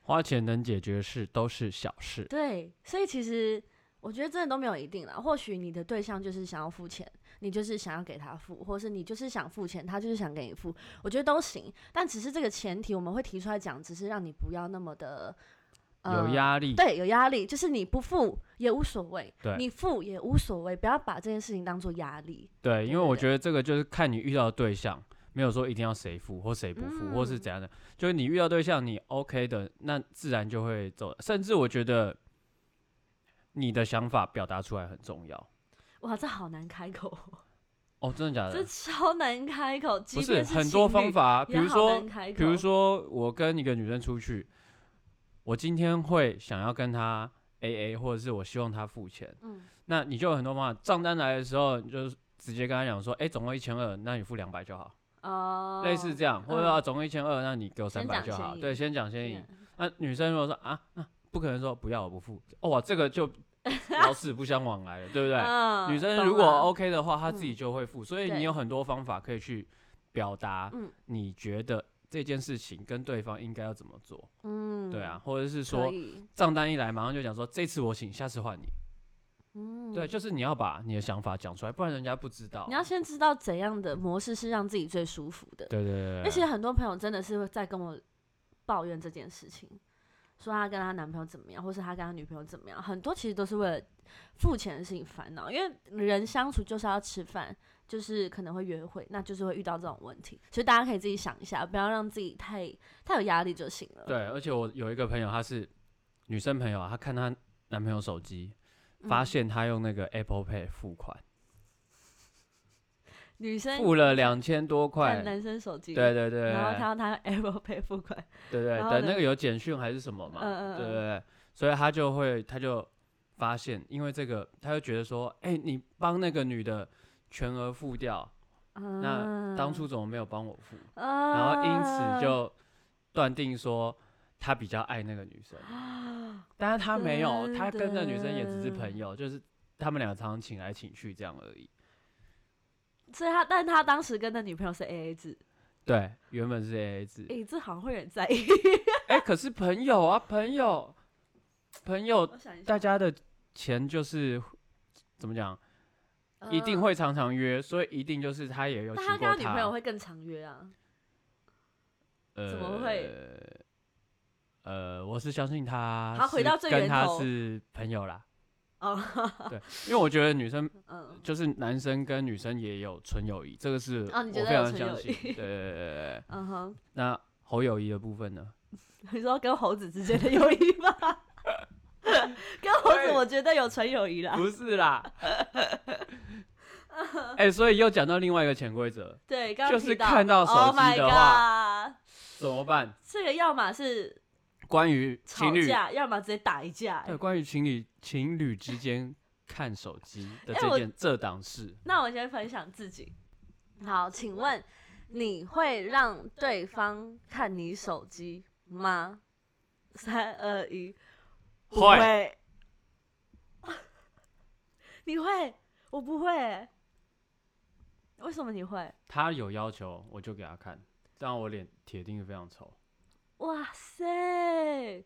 Speaker 2: 花钱能解决的事都是小事。
Speaker 1: 对，所以其实我觉得真的都没有一定啦。或许你的对象就是想要付钱，你就是想要给他付，或是你就是想付钱，他就是想给你付，我觉得都行。但只是这个前提，我们会提出来讲，只是让你不要那么呃的。
Speaker 2: 有压力，
Speaker 1: 嗯对，有压力，就是你不付也无所谓
Speaker 2: 对，
Speaker 1: 你付也无所谓，不要把这件事情当做压力。
Speaker 2: 对，因为
Speaker 1: 对
Speaker 2: 我
Speaker 1: 对
Speaker 2: 觉得这个就是看你遇到的对象，没有说一定要谁付或谁不付，或是
Speaker 1: 嗯
Speaker 2: 怎样的。就是你遇到对象，你 OK 的，那自然就会走。甚至我觉得你的想法表达出来很重要。
Speaker 1: 哇，这好难开口，
Speaker 2: 哦，真的假
Speaker 1: 这
Speaker 2: 的？
Speaker 1: 超难开口。即
Speaker 2: 不
Speaker 1: 便是
Speaker 2: 很多
Speaker 1: 情
Speaker 2: 方
Speaker 1: 侣
Speaker 2: 法啊，比
Speaker 1: 也
Speaker 2: 如
Speaker 1: 好
Speaker 2: 说
Speaker 1: 难开口，
Speaker 2: 比如说我跟一个女生出去，我今天会想要跟她 A A，或者是我希望她付钱，
Speaker 1: 嗯，
Speaker 2: 那你就有很多方法。账单来的时候，你就直接跟她讲说，哎、总共一千二，那你付两百就好，
Speaker 1: 哦，
Speaker 2: 类似这样，或者
Speaker 1: 嗯
Speaker 2: 说啊总共一千二，那你给我三
Speaker 1: 先
Speaker 2: 百
Speaker 1: 讲
Speaker 2: 就好。
Speaker 1: 先
Speaker 2: 对，
Speaker 1: 赢
Speaker 2: 先讲先
Speaker 1: 这
Speaker 2: 赢
Speaker 1: 样。
Speaker 2: 那女生如果说啊，那不可能说不要我不付，哦，哇这个 就老死不相往来了，对不对？
Speaker 1: 嗯
Speaker 2: 女生
Speaker 1: 懂
Speaker 2: 如果哦
Speaker 1: 了
Speaker 2: OK 的话，她自己
Speaker 1: 嗯
Speaker 2: 就会付，所以
Speaker 1: 对
Speaker 2: 你有很多方法可以去表达
Speaker 1: 嗯，
Speaker 2: 你觉得这件事情跟对方应该要怎么做，
Speaker 1: 嗯，
Speaker 2: 对啊，，或者是
Speaker 1: 可
Speaker 2: 说
Speaker 1: 以，
Speaker 2: 账单一来马上就讲说这次我请，下次换你，
Speaker 1: 嗯，
Speaker 2: 对，就是你要把你的想法讲出来，不然人家不知道
Speaker 1: 你。要先知道怎样的模式是让自己最舒服的。
Speaker 2: 对对对啊
Speaker 1: 而
Speaker 2: 对
Speaker 1: 且
Speaker 2: 对，
Speaker 1: 很多朋友真的是会在跟我抱怨这件事情，说她跟她男朋友怎么样，或是她跟她女朋友怎么样，很多其实都是为了付钱的事情烦恼，因为人相处就是要吃饭，就是可能会约会，那就是会遇到这种问题，所以大家可以自己想一下，不要让自己太太有压力就行了。，
Speaker 2: 对，而且我有一个朋友，她是女生朋友啊，她看她男朋友手机，发、现她用那个 Apple Pay 付款，
Speaker 1: 嗯、女生
Speaker 2: 付了两千多块
Speaker 1: 看，男生手机，
Speaker 2: 对对对，
Speaker 1: 然后看到他用 Apple Pay 付款，
Speaker 2: 对对，
Speaker 1: 然后
Speaker 2: 等
Speaker 1: 呢
Speaker 2: 那个有简讯还是什么嘛，
Speaker 1: 嗯嗯嗯
Speaker 2: 对对对，所以他就会他就发现，因为这个，他就觉得说，哎、你帮那个女的全额付掉，那当初怎么没有帮我付？
Speaker 1: 嗯啊，
Speaker 2: 然后因此就断定说他比较爱那个女生，但是他没有，他跟那女生也只是朋友，就是他们俩常常请来请去这样而已。
Speaker 1: 所以他，但他当时跟那女朋友是 A A 制，
Speaker 2: 对，原本是 A A 制，
Speaker 1: 诶、这好像会有点在意。
Speaker 2: 哎、可是朋友啊，朋友，朋友
Speaker 1: 我想一下
Speaker 2: 大，家的钱就是怎么讲，一定会常常约，所以一定就是他也有
Speaker 1: 嗯。
Speaker 2: 请
Speaker 1: 那他
Speaker 2: 过
Speaker 1: 跟他女朋友会更常约啊？
Speaker 2: 呃
Speaker 1: 怎么会？
Speaker 2: 呃，我是相信他，
Speaker 1: 好回到最
Speaker 2: 跟
Speaker 1: 源
Speaker 2: 他
Speaker 1: 头
Speaker 2: 是朋友啦，
Speaker 1: 哦，
Speaker 2: 因为我觉得女生
Speaker 1: 嗯，
Speaker 2: 就是男生跟女生也有纯友谊，这个是
Speaker 1: 哦
Speaker 2: 我
Speaker 1: 你
Speaker 2: 非
Speaker 1: 觉得有
Speaker 2: 常
Speaker 1: 纯
Speaker 2: 相
Speaker 1: 友
Speaker 2: 信。
Speaker 1: 谊
Speaker 2: 对对对对对。
Speaker 1: 嗯哼，
Speaker 2: 那侯友谊的部 分呢？
Speaker 1: 你说跟猴子之间的友谊吧？ 跟猴子我觉得有纯友谊啦。
Speaker 2: 不是啦。 哎、所以又讲到另外一个潜规则，
Speaker 1: 对，刚
Speaker 2: 就
Speaker 1: 刚
Speaker 2: 是
Speaker 1: 提到
Speaker 2: 看到手
Speaker 1: Oh my
Speaker 2: 机的话
Speaker 1: god，
Speaker 2: 怎么办？
Speaker 1: 这个要么是
Speaker 2: 关于
Speaker 1: 吵
Speaker 2: 情侣
Speaker 1: 架，要么直接打一架、
Speaker 2: 对，
Speaker 1: 欸。
Speaker 2: 关于情侣情侣之间看手机的
Speaker 1: 哎
Speaker 2: 这
Speaker 1: 我
Speaker 2: 件、这档事，
Speaker 1: 那我先分享自己。好，请问你会让对方看你手机吗？三二一，不
Speaker 2: 会。
Speaker 1: 你会？我不会欸。为什么你会？
Speaker 2: 他有要求，我就给他看，这样我脸铁定是非常丑。
Speaker 1: 哇塞，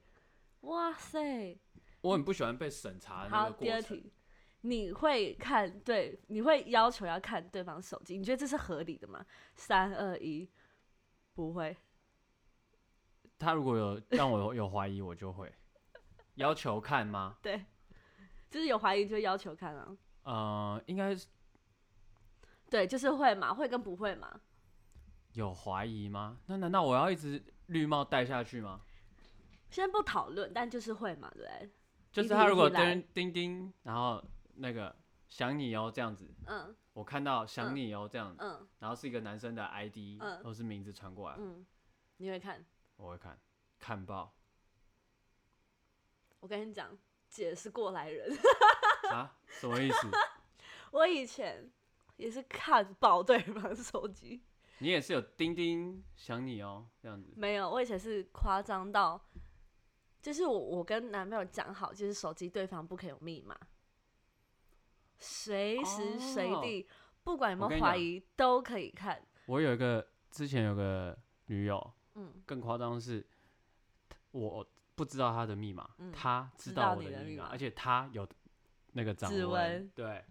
Speaker 1: 哇塞！
Speaker 2: 我很不喜欢被审查的那
Speaker 1: 好，
Speaker 2: 个
Speaker 1: 第
Speaker 2: 过
Speaker 1: 二
Speaker 2: 程。
Speaker 1: 题，你会看对，你会要求要看对方手机，你觉得这是合理的吗？三二一，不会。
Speaker 2: 他如果有让我有有怀疑，我就会要求看吗？
Speaker 1: 对，就是有怀疑就要求看啊。
Speaker 2: 呃，应该是
Speaker 1: 对，就是会嘛，会跟不会嘛。
Speaker 2: 有怀疑吗？那难道我要一直绿帽戴下去吗？
Speaker 1: 先不讨论，但就是会嘛，对不对？
Speaker 2: 就是
Speaker 1: 一题
Speaker 2: 他
Speaker 1: 一
Speaker 2: 如果
Speaker 1: 题来
Speaker 2: 叮叮叮，然后那个想你哦这样子，
Speaker 1: 嗯
Speaker 2: 我看到想
Speaker 1: 嗯
Speaker 2: 你哦这样子，
Speaker 1: 嗯
Speaker 2: 然后是一个男生的 ID
Speaker 1: 嗯
Speaker 2: 或是名字传过来，
Speaker 1: 嗯，你会看？
Speaker 2: 我会看看报
Speaker 1: 我跟你讲，姐是过来人，
Speaker 2: 啊，什么意思？
Speaker 1: 我以前也是看爆对方手机，
Speaker 2: 你也是有叮叮想你哦这样子，
Speaker 1: 没有，我以前是夸张到，就是我我跟男朋友讲好，就是手机对方不可以有密码，随时随地、不管有
Speaker 2: 我
Speaker 1: 没有
Speaker 2: 跟你
Speaker 1: 怀
Speaker 2: 讲
Speaker 1: 疑都可以看，
Speaker 2: 我有一个之前有个女友，
Speaker 1: 嗯，
Speaker 2: 更夸张的是，我不知道她的密码，
Speaker 1: 嗯
Speaker 2: 她
Speaker 1: 知
Speaker 2: 道
Speaker 1: 道
Speaker 2: 我
Speaker 1: 你的
Speaker 2: 密
Speaker 1: 密
Speaker 2: 码，
Speaker 1: 码
Speaker 2: 而且她有那个掌
Speaker 1: 指
Speaker 2: 纹
Speaker 1: 纹，
Speaker 2: 对，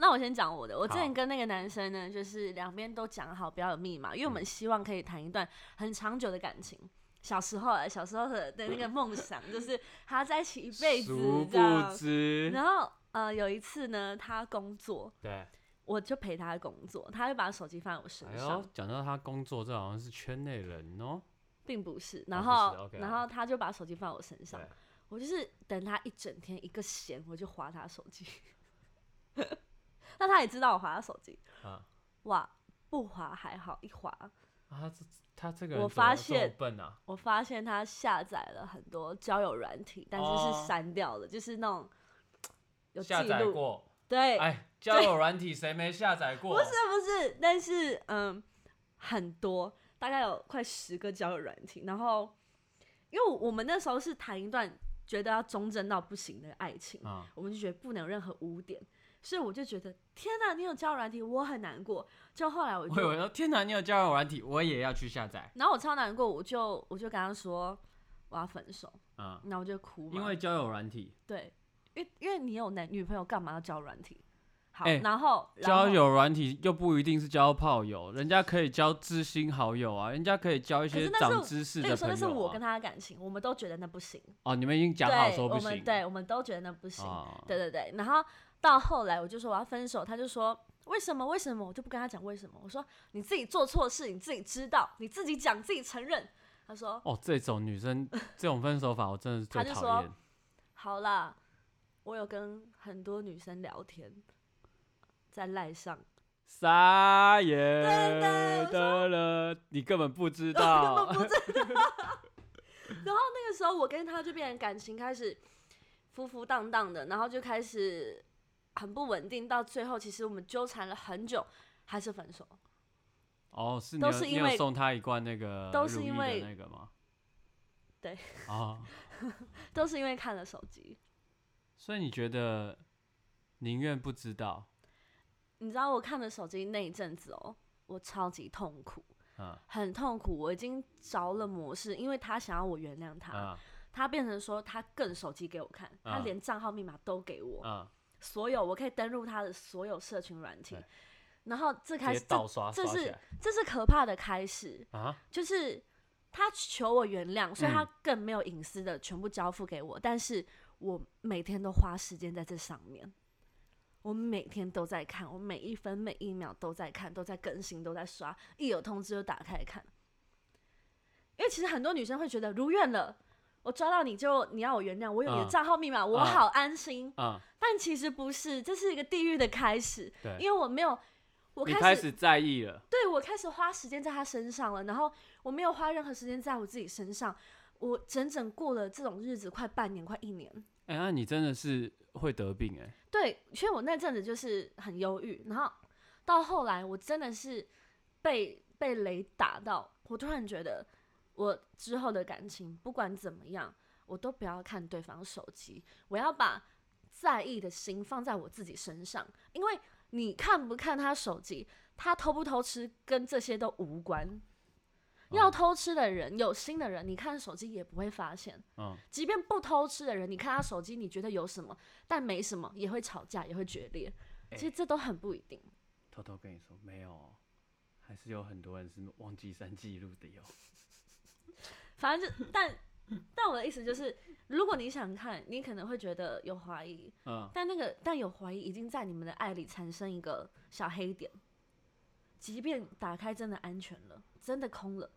Speaker 1: 那我先讲我的，我之
Speaker 2: 好
Speaker 1: 前跟那个男生呢，就是两边都讲好不要有密码，因为我
Speaker 2: 嗯
Speaker 1: 们希望可以谈一段很长久的感情。小时候啊，小时候的的那个梦想就是他在一起一辈子
Speaker 2: 殊
Speaker 1: 这
Speaker 2: 不
Speaker 1: 样。
Speaker 2: 知，
Speaker 1: 然后呃，有一次呢，他工作，
Speaker 2: 对，
Speaker 1: 我就陪他工作，他就把手机放在我身
Speaker 2: 哎
Speaker 1: 上，
Speaker 2: 呦，讲到她工作，这好像是圈内人哦，
Speaker 1: 并不是。然
Speaker 2: 不
Speaker 1: 后、
Speaker 2: 是，OK，
Speaker 1: 然
Speaker 2: 好
Speaker 1: 后他就把手机放在我身上
Speaker 2: 对，
Speaker 1: 我就是等他一整天一个闲，我就划他手机。 那他也知道我划他手机，
Speaker 2: 啊
Speaker 1: 哇，不划还好，一划
Speaker 2: 啊，她这她这个人
Speaker 1: 我
Speaker 2: 怎么
Speaker 1: 发
Speaker 2: 这么
Speaker 1: 现
Speaker 2: 笨啊，
Speaker 1: 我发现他下载了很多交友软体，但是
Speaker 2: 哦
Speaker 1: 是删掉的，就是那种有记
Speaker 2: 下载
Speaker 1: 录。
Speaker 2: 过，
Speaker 1: 对，
Speaker 2: 哎，交友软体谁没下载过？
Speaker 1: 不是不是，但是嗯，很多，大概有快十个交友软体。然后，因为我们那时候是谈一段觉得要忠贞到不行的爱情，
Speaker 2: 啊，
Speaker 1: 我们就觉得不能有任何污点，所以我就觉得天哪、你有交友软体，我很难过。就后来我就
Speaker 2: 我以为说天哪，你有交友软体，我也要去下载，
Speaker 1: 然后我超难过，我就我就跟他说我要分手，
Speaker 2: 啊，
Speaker 1: 然后我就哭嘛，
Speaker 2: 因为交友软体。
Speaker 1: 对，因为因为你有男女朋友，干嘛要交软体？好，
Speaker 2: 哎
Speaker 1: 然后然后
Speaker 2: 交友软体又不一定是交炮友，人家可以交知心好友啊，人家可以交一
Speaker 1: 可
Speaker 2: 些
Speaker 1: 是那是
Speaker 2: 长
Speaker 1: 我
Speaker 2: 知识
Speaker 1: 那
Speaker 2: 的
Speaker 1: 个时
Speaker 2: 朋
Speaker 1: 候
Speaker 2: 友、
Speaker 1: 那
Speaker 2: 啊。
Speaker 1: 是我跟他的感情，我们都觉得那不行，
Speaker 2: 哦，你们已经 讲好
Speaker 1: 对，
Speaker 2: 说不
Speaker 1: 我
Speaker 2: 行，
Speaker 1: 们对我们都觉得那不行，
Speaker 2: 啊，
Speaker 1: 对对对。然后到后来我就说我要分手，他就说为什么为什么，我就不跟他讲为什么，我说你自己做错事，你自己知道，你自己讲自己承认。他说
Speaker 2: 哦，这种女生这种分手法，我真的是最
Speaker 1: 他就
Speaker 2: 讨厌。
Speaker 1: 好啦，我有跟很多女生聊天，在赖上，
Speaker 2: 撒野
Speaker 1: 对对我
Speaker 2: 的了，你根本不知
Speaker 1: 我
Speaker 2: 道
Speaker 1: 根本不知道。然后那个时候，我跟他就变成感情开始浮浮荡荡的，然后就开始很不稳定，到最后其实我们纠缠了很久，还是分手。
Speaker 2: 哦，是你
Speaker 1: 都
Speaker 2: 有
Speaker 1: 是
Speaker 2: 你
Speaker 1: 因
Speaker 2: 有
Speaker 1: 为
Speaker 2: 送她一罐那个
Speaker 1: 都是
Speaker 2: 如意
Speaker 1: 因
Speaker 2: 的
Speaker 1: 为
Speaker 2: 那个吗？
Speaker 1: 对，
Speaker 2: 哦，
Speaker 1: 都是因为看了手机。
Speaker 2: 所以你觉得宁愿不知道，
Speaker 1: 你知道我看了手机那一阵子哦，我超级痛苦，
Speaker 2: 嗯
Speaker 1: 很痛苦。我已经着了魔是因为他想要我原谅他，
Speaker 2: 嗯
Speaker 1: 他变成说他更手机给我看，他
Speaker 2: 啊
Speaker 1: 连账号密码都给我，
Speaker 2: 嗯，
Speaker 1: 所有我可以登录他的所有社群软体
Speaker 2: 对。
Speaker 1: 然后这
Speaker 2: 直
Speaker 1: 开
Speaker 2: 接
Speaker 1: 始，这
Speaker 2: 倒刷
Speaker 1: 这
Speaker 2: 刷起
Speaker 1: 是
Speaker 2: 来
Speaker 1: 这是可怕的开始，
Speaker 2: 啊。
Speaker 1: 就是他求我原谅，所以他
Speaker 2: 嗯
Speaker 1: 更没有隐私的全部交付给我，但是我每天都花时间在这上面，我每天都在看，我每一分每一秒都在看，都在更新，都在刷，一有通知就打开看。因为其实很多女生会觉得如愿了，我抓到你就你要我原谅，我有你的
Speaker 2: 嗯
Speaker 1: 账号密码，我
Speaker 2: 嗯
Speaker 1: 好安心。
Speaker 2: 嗯，
Speaker 1: 但其实不是，这是一个地狱的开始，
Speaker 2: 对，
Speaker 1: 因为我没有，我
Speaker 2: 你
Speaker 1: 开始
Speaker 2: 开始在意了，
Speaker 1: 对我开始花时间在他身上了，然后我没有花任何时间在我自己身上，我整整过了这种日子快半年，快一年。
Speaker 2: 哎、那你真的是会得病哎、
Speaker 1: 对，所以我那阵子就是很忧郁，然后到后来我真的是被被雷打到，我突然觉得我之后的感情不管怎么样，我都不要看对方手机，我要把在意的心放在我自己身上，因为你看不看他手机，他偷不偷吃跟这些都无关。要
Speaker 2: 哦
Speaker 1: 偷吃的人，有心的人，你看手机也不会发现。
Speaker 2: 嗯，
Speaker 1: 即便不偷吃的人，你看他手机，你觉得有什么，但没什么，也会吵架，也会决裂。
Speaker 2: 哎
Speaker 1: 其实这都很不一定。
Speaker 2: 偷偷跟你说，没有哦，还是有很多人是忘记删记录的哟。
Speaker 1: 反正就， 但但我的意思就是，如果你想看，你可能会觉得有怀疑，
Speaker 2: 嗯，
Speaker 1: 但那个但有怀疑已经在你们的爱里产生一个小黑点。即便打开真的安全了，真的空了，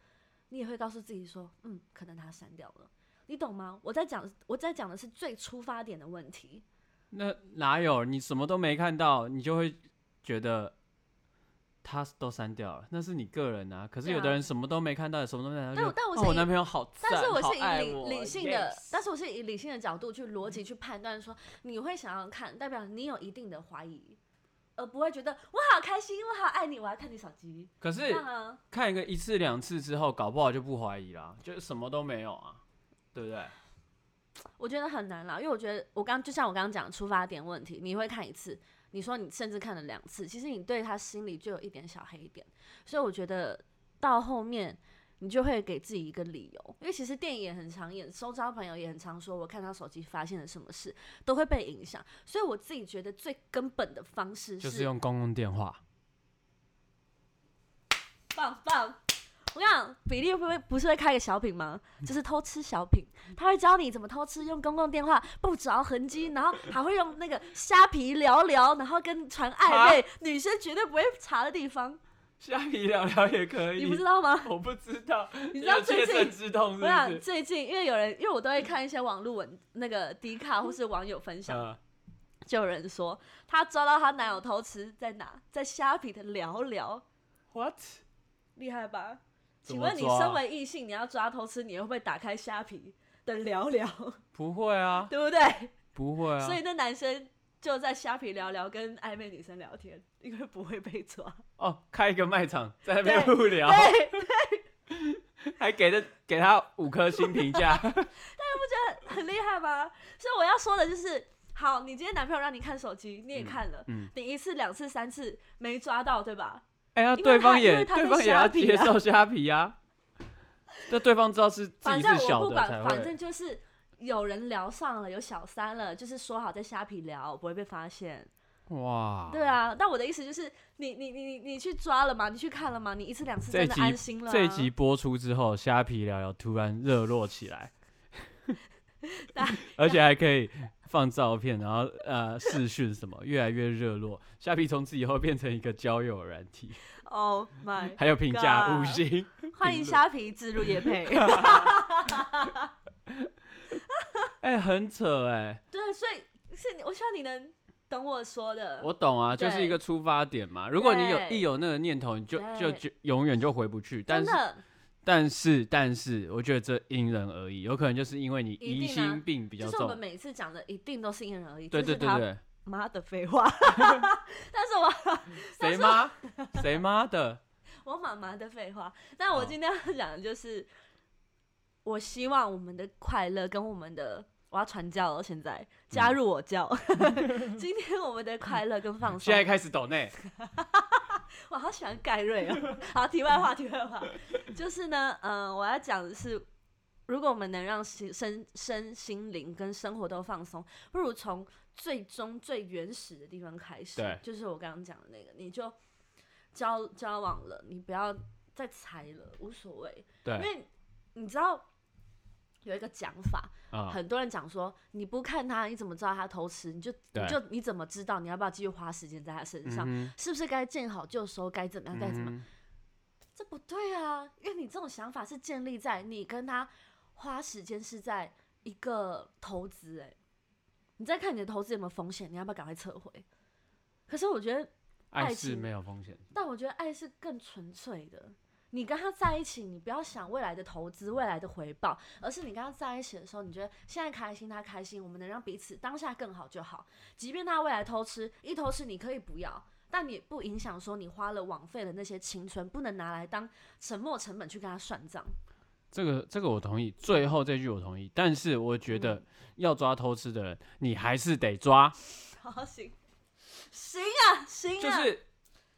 Speaker 1: 你也会告诉自己说，嗯，可能他删掉了。你懂吗？我在讲，我在讲的是最出发点的问题。
Speaker 2: 那哪有你什么都没看到，你就会觉得他都删掉了，那是你个人啊。可是
Speaker 1: 对啊
Speaker 2: 有的人什么都没看到，什么都没看到，
Speaker 1: 但
Speaker 2: 就
Speaker 1: 我但我
Speaker 2: 哦
Speaker 1: 是
Speaker 2: 我
Speaker 1: 以
Speaker 2: 男朋友好赞，
Speaker 1: 但是我
Speaker 2: 好
Speaker 1: 是
Speaker 2: 爱
Speaker 1: 以
Speaker 2: 我
Speaker 1: 理理性的
Speaker 2: yes
Speaker 1: 但是我是以理性的角度去逻辑去判断说，你会想要看，代表你有一定的怀疑，而不会觉得我好开心，我好爱你，我要看你手机。
Speaker 2: 可
Speaker 1: 这
Speaker 2: 是
Speaker 1: 样啊，
Speaker 2: 看一个一次两次之后，搞不好就不怀疑啦，就什么都没有啊，对不对？
Speaker 1: 我觉得很难啦，因为我觉得我刚就像我刚刚讲的出发点问题，你会看一次，你说你甚至看了两次，其实你对他心里就有一点小黑点，所以我觉得到后面你就会给自己一个理由，因为其实电影也很常演，周遭朋友也很常说，我看他手机发现了什么事都会被影响，所以我自己觉得最根本的方式
Speaker 2: 就是用公共电 话。
Speaker 1: 棒棒。我跟你讲，比利会不是会开个小品吗？
Speaker 2: 嗯
Speaker 1: 就是偷吃小品，他会教你怎么偷吃，用公共电话不着痕迹，然后还会用那个虾皮聊聊，然后跟传暧
Speaker 2: 啊
Speaker 1: 昧，女生绝对不会查的地方，
Speaker 2: 虾皮聊聊也可以，
Speaker 1: 你不知道 吗？
Speaker 2: 我不知道，
Speaker 1: 你知道
Speaker 2: 哎有
Speaker 1: 最
Speaker 2: 切身
Speaker 1: 近
Speaker 2: 之痛是
Speaker 1: 我
Speaker 2: 不是
Speaker 1: 想？最近因为有人，因为我都会看一些网络文那个迪卡或是网友分享，
Speaker 2: 嗯
Speaker 1: 就有人说她抓到她男友偷吃在哪，在虾皮的聊聊，
Speaker 2: ，what？
Speaker 1: 厉害吧？
Speaker 2: 怎
Speaker 1: 请
Speaker 2: 么
Speaker 1: 问你
Speaker 2: 抓啊
Speaker 1: 身为异性，你要抓偷吃，你会不会打开虾皮的聊聊，
Speaker 2: 不会啊，
Speaker 1: 对不对？
Speaker 2: 不会啊。
Speaker 1: 所以那男生就在虾皮聊聊，跟暧昧女生聊天，因为不会被抓。
Speaker 2: 哦，开一个卖场在那边
Speaker 1: 对
Speaker 2: 互聊，
Speaker 1: 对，
Speaker 2: 还给的给他五颗星评价，
Speaker 1: 很厉害吧？所以我要说的就是，好，你今天男朋友让你看手机，你也看了，
Speaker 2: 嗯，
Speaker 1: 你一次、两次、三次没抓到，对吧？
Speaker 2: 哎呀，
Speaker 1: 因为
Speaker 2: 对
Speaker 1: 他
Speaker 2: 方
Speaker 1: 因
Speaker 2: 也
Speaker 1: 为他
Speaker 2: 对
Speaker 1: 被
Speaker 2: 方也
Speaker 1: 虾
Speaker 2: 要
Speaker 1: 皮
Speaker 2: 接
Speaker 1: 啊
Speaker 2: 受虾皮啊， 那对方知道是自
Speaker 1: 反
Speaker 2: 己
Speaker 1: 正
Speaker 2: 是
Speaker 1: 我
Speaker 2: 小
Speaker 1: 不
Speaker 2: 的
Speaker 1: 管
Speaker 2: 才，
Speaker 1: 反
Speaker 2: 会，
Speaker 1: 正就是有人聊上了，有小三了，就是说好在虾皮聊，不会被发现。
Speaker 2: 哇，
Speaker 1: 对，啊，但我的意思就是，你你你你你去抓了吗？你去看了吗？你一次两次
Speaker 2: 这
Speaker 1: 真的
Speaker 2: 集
Speaker 1: 安心了、啊。
Speaker 2: 这一集播出之后，虾皮聊聊突然热络起来
Speaker 1: 大，
Speaker 2: 而且还可以放照片，然后呃视讯什么，越来越热络。虾皮从此以后变成一个交友软体，
Speaker 1: ，Oh my
Speaker 2: 还有评价
Speaker 1: God
Speaker 2: 五星，
Speaker 1: 欢迎
Speaker 2: 评论
Speaker 1: 虾皮置入夜配。
Speaker 2: 哎、很扯哎、
Speaker 1: 对，所以是你，我希望你能懂我说的。
Speaker 2: 我懂啊，就是一
Speaker 1: 对
Speaker 2: 个出发点嘛。如果你有
Speaker 1: 对
Speaker 2: 一有那个念头，你就就
Speaker 1: 对
Speaker 2: 就永远就回不去。但
Speaker 1: 真
Speaker 2: 是
Speaker 1: 的
Speaker 2: 但是但是，我觉得这因人而异，有可能就是因为你
Speaker 1: 一
Speaker 2: 疑
Speaker 1: 定啊
Speaker 2: 心病比较
Speaker 1: 就是我
Speaker 2: 重
Speaker 1: 们。每次讲的一定都是因人而异，
Speaker 2: 对
Speaker 1: 这
Speaker 2: 对
Speaker 1: 是
Speaker 2: 对
Speaker 1: 他
Speaker 2: 对，
Speaker 1: 妈的废 话。但是我
Speaker 2: 谁妈 谁妈的，
Speaker 1: 我妈妈的废话。但我
Speaker 2: 哦
Speaker 1: 今天要讲的就是，我希望我们的快乐跟我们的。我要传教了，现在加入我 教。今天我们的快乐跟放松
Speaker 2: 现，在开始 抖内，
Speaker 1: 我好喜欢盖瑞哦。好，题外话，题外话，就是呢，嗯、我要讲的是，如果我们能让心身身心灵跟生活都放松，不如从最终最原始的地方开始。
Speaker 2: 对
Speaker 1: 就是我刚刚讲的那个，你就交交往了，你不要再猜了，无所谓，因
Speaker 2: 对
Speaker 1: 为你知道。有一个讲法，
Speaker 2: 啊，
Speaker 1: 很多人讲说，你不看他，你怎么知道他偷吃？你就你
Speaker 2: 对
Speaker 1: 就你怎么知道你要不要继续花时间在他身上？
Speaker 2: 嗯
Speaker 1: 是不是该见好就收，该怎么样
Speaker 2: 哼
Speaker 1: 该怎么样？
Speaker 2: 嗯
Speaker 1: 这不对啊，因为你这种想法是建立在你跟他花时间是在一个投资、欸，你再看你的投资有没有风险，你要不要赶快撤回？可是我觉得，
Speaker 2: 哼爱
Speaker 1: 爱
Speaker 2: 是
Speaker 1: 情
Speaker 2: 没有风险，
Speaker 1: 但我觉得爱是更纯粹的。你跟他在一起，你不要想未来的投资、未来的回报，而是你跟他在一起的时候，你觉得现在开心，他开心，我们能让彼此当下更好就好。即便他未来偷吃，一偷吃你可以不要，但你不影响说你花了枉费的那些青春，不能拿来当沉没成本去跟他算账。
Speaker 2: 这个这个我同意，最后这句我同意，但是我觉
Speaker 1: 嗯
Speaker 2: 得要抓偷吃的人，你还是得抓，
Speaker 1: 好行，行啊，行啊，
Speaker 2: 就是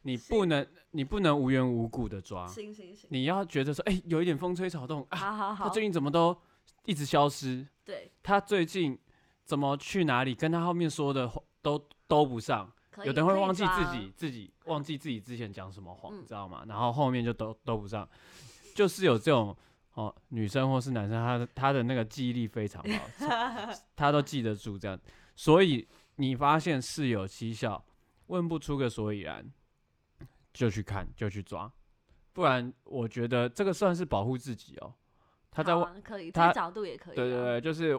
Speaker 2: 你
Speaker 1: 是
Speaker 2: 不能你不能无缘无故的抓，
Speaker 1: 行行行，
Speaker 2: 你要觉得说，哎、有一点风吹草动啊，
Speaker 1: 好好
Speaker 2: 他
Speaker 1: 好，
Speaker 2: 最近怎么都一直消失？
Speaker 1: 对，
Speaker 2: 他最近怎么去哪里？跟他后面说的话都都不上，
Speaker 1: 可以
Speaker 2: 有的人会
Speaker 1: 可以
Speaker 2: 忘记
Speaker 1: 抓
Speaker 2: 自己自己忘记自己之前讲什么谎，
Speaker 1: 嗯
Speaker 2: 你知道吗？然后后面就都都不上，就是有这种哦，女生或是男生，他的他的那个记忆力非常好， 他都记得住这样，所以你发现事有蹊跷，问不出个所以然，就去看就去抓，不然我觉得这个算是保护自己哦。他在
Speaker 1: 好
Speaker 2: 外
Speaker 1: 啊可以，这
Speaker 2: 他
Speaker 1: 个角度也可以啊，
Speaker 2: 对对对，就是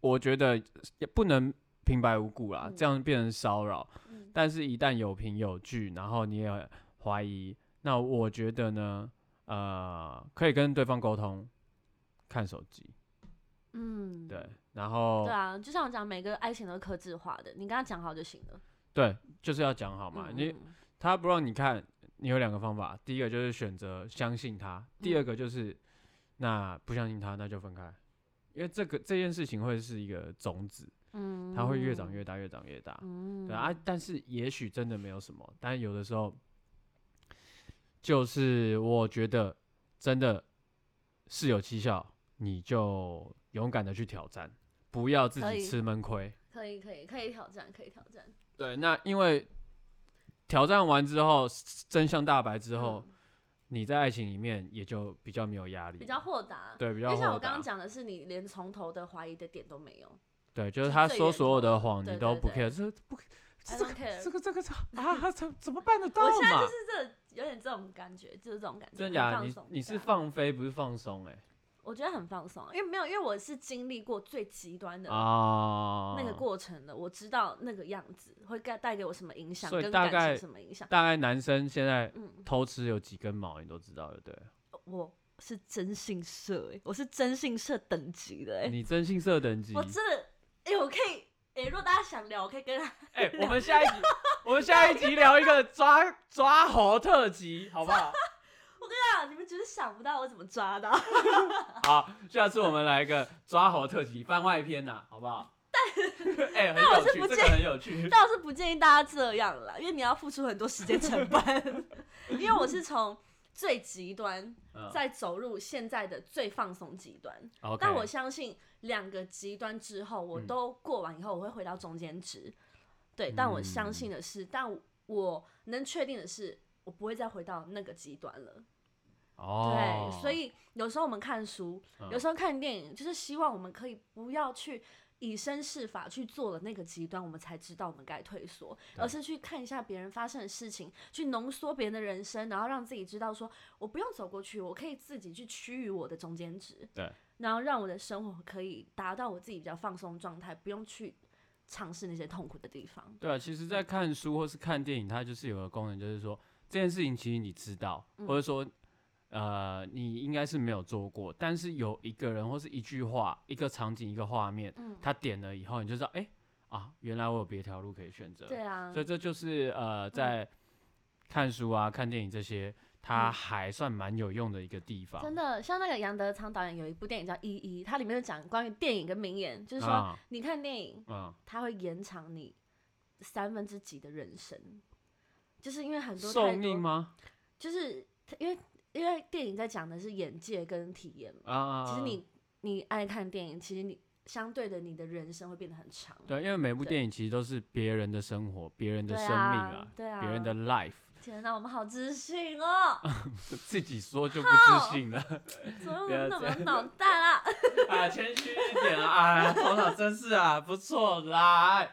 Speaker 2: 我觉得也不能平白无故啦，
Speaker 1: 嗯
Speaker 2: 这样变成骚扰。
Speaker 1: 嗯
Speaker 2: 但是，一旦有凭有据，然后你也怀疑，那我觉得呢，呃，可以跟对方沟通，看手机，
Speaker 1: 嗯，
Speaker 2: 对，然后
Speaker 1: 对啊，就像我讲，每个爱情都是克制化的，你跟他讲好就行了。嗯
Speaker 2: 对，就是要讲好
Speaker 1: 好
Speaker 2: 嘛。你他不让你看，你有两个方法，第一个就是选择相信他，第
Speaker 1: 嗯
Speaker 2: 二个就是那不相信他，那就分开，因为这个这件事情会是一个种子，
Speaker 1: 嗯，
Speaker 2: 它会越长越大，越长越大。
Speaker 1: 嗯，
Speaker 2: 对啊，但是也许真的没有什么，但有的时候，就是我觉得真的是有绩效，你就勇敢的去挑战，不要自
Speaker 1: 可
Speaker 2: 己
Speaker 1: 以
Speaker 2: 吃闷亏。
Speaker 1: 可以可以可以挑战，可以挑战
Speaker 2: 对，那因为挑战完之后，真相大白之后，
Speaker 1: 嗯
Speaker 2: 你在爱情里面也就比较没有压力，
Speaker 1: 比较豁达。
Speaker 2: 对，比
Speaker 1: 因
Speaker 2: 较
Speaker 1: 为像
Speaker 2: 豁
Speaker 1: 我刚
Speaker 2: 达
Speaker 1: 刚。讲的是，你连从头的怀疑的点都没有。
Speaker 2: 对，就是
Speaker 1: 是
Speaker 2: 他
Speaker 1: 最
Speaker 2: 说
Speaker 1: 源
Speaker 2: 所有的
Speaker 1: 头
Speaker 2: 谎
Speaker 1: 对
Speaker 2: 你都
Speaker 1: 对
Speaker 2: 不
Speaker 1: 对
Speaker 2: care，这不这
Speaker 1: I
Speaker 2: 这
Speaker 1: don't
Speaker 2: 个
Speaker 1: care
Speaker 2: 这个 这个啊，怎怎么办得到
Speaker 1: 我现在
Speaker 2: 嘛
Speaker 1: 就？是这有点这种感觉，就是这种感觉。
Speaker 2: 真
Speaker 1: 很
Speaker 2: 假的？
Speaker 1: 放
Speaker 2: 你
Speaker 1: 松
Speaker 2: 你
Speaker 1: 对
Speaker 2: 是
Speaker 1: 啊
Speaker 2: 放飞不是放松哎、
Speaker 1: 我觉得很放松，因为没有，因为我是经历过最极端的
Speaker 2: 啊，
Speaker 1: 那个过程的，我知道那个样子会带带给我什么影响，
Speaker 2: 所以
Speaker 1: 跟
Speaker 2: 大
Speaker 1: 感
Speaker 2: 概
Speaker 1: 情什么影响。
Speaker 2: 大概男生现在
Speaker 1: 嗯，
Speaker 2: 偷吃有几根毛，你都知道了，对了？
Speaker 1: 我是真性社、欸，我是真性社等级的、欸，
Speaker 2: 你真性色等级
Speaker 1: 我，真的，哎、我可以，哎、如果大家想聊，我可以跟 他，
Speaker 2: 哎、我们下一集，我们下一集聊一个抓抓猴特辑，好不好？
Speaker 1: 啊，你们只是想不到我怎么抓啊到，
Speaker 2: 好，下次我们来一个抓猴特辑，番外篇呐、好不好？ 哎、很
Speaker 1: 我
Speaker 2: 有
Speaker 1: 是
Speaker 2: 趣，
Speaker 1: 不
Speaker 2: 这
Speaker 1: 介
Speaker 2: 个很 有趣。
Speaker 1: 倒是不建议大家这样啦，因为你要付出很多时间成本， 因为我是从最极端
Speaker 2: 嗯
Speaker 1: 再走入现在的最放松极端。
Speaker 2: o k
Speaker 1: 但我相信两个极端之后，我
Speaker 2: 嗯
Speaker 1: 都过完以后，我会回到中间值。对，但我相信的是，但我能确定的是，我不会再回到那个极端了。
Speaker 2: 哦，
Speaker 1: 对，所以有时候我们看书，
Speaker 2: 嗯
Speaker 1: 有时候看电影，就是希望我们可以不要去。以身试法去做了那个极端，我们才知道我们该退缩，
Speaker 2: 对
Speaker 1: 而是去看一下别人发生的事情，去浓缩别人的人生，然后让自己知道说，我不用走过去，我可以自己去趋于我的中间值。
Speaker 2: 对，
Speaker 1: 然后让我的生活可以达到我自己比较放松的状态，不用去尝试那些痛苦的地方。
Speaker 2: 对啊，其实，在看书或是看电影，它就是有个功能，就是说这件事情其实你知道，
Speaker 1: 嗯
Speaker 2: 或者说呃，你应该是没有做过，但是有一个人或是一句话、一个场景、一个画面，
Speaker 1: 嗯
Speaker 2: 他点了以后，你就知道，哎、啊，原来我有别条路可以选择。
Speaker 1: 对啊
Speaker 2: 所，以这就是
Speaker 1: 嗯
Speaker 2: 呃，在看书啊、看电影这些，它
Speaker 1: 嗯
Speaker 2: 还算蛮有用的一个地方。
Speaker 1: 真的，像那个杨德昌导演有一部电影叫《一一》，它里面就讲关于电影跟名言，就是说、
Speaker 2: 啊
Speaker 1: 你看电影，
Speaker 2: 嗯，
Speaker 1: 它会延长你三分之几的人生，就是因为很多
Speaker 2: 寿
Speaker 1: 太多
Speaker 2: 命吗？
Speaker 1: 就是因为因为电影在讲的是眼界跟体验嘛，
Speaker 2: 啊啊，
Speaker 1: 其实
Speaker 2: 啊
Speaker 1: 你你爱看电影，其实你相对的你的人生会变得很长。
Speaker 2: 对，因为每部
Speaker 1: 对
Speaker 2: 电影其实都是别人的生活、别人的
Speaker 1: 对
Speaker 2: 生命啊
Speaker 1: 啊，，对啊，
Speaker 2: 别人的 life，
Speaker 1: 天哪，我们好自信哦！
Speaker 2: 自己说就不自信了
Speaker 1: 怎么
Speaker 2: 不要
Speaker 1: 有那
Speaker 2: 这
Speaker 1: 么
Speaker 2: 样
Speaker 1: 脑袋啦？
Speaker 2: 啊，谦虚一点啊，啊，头脑真是啊，不错啦，哎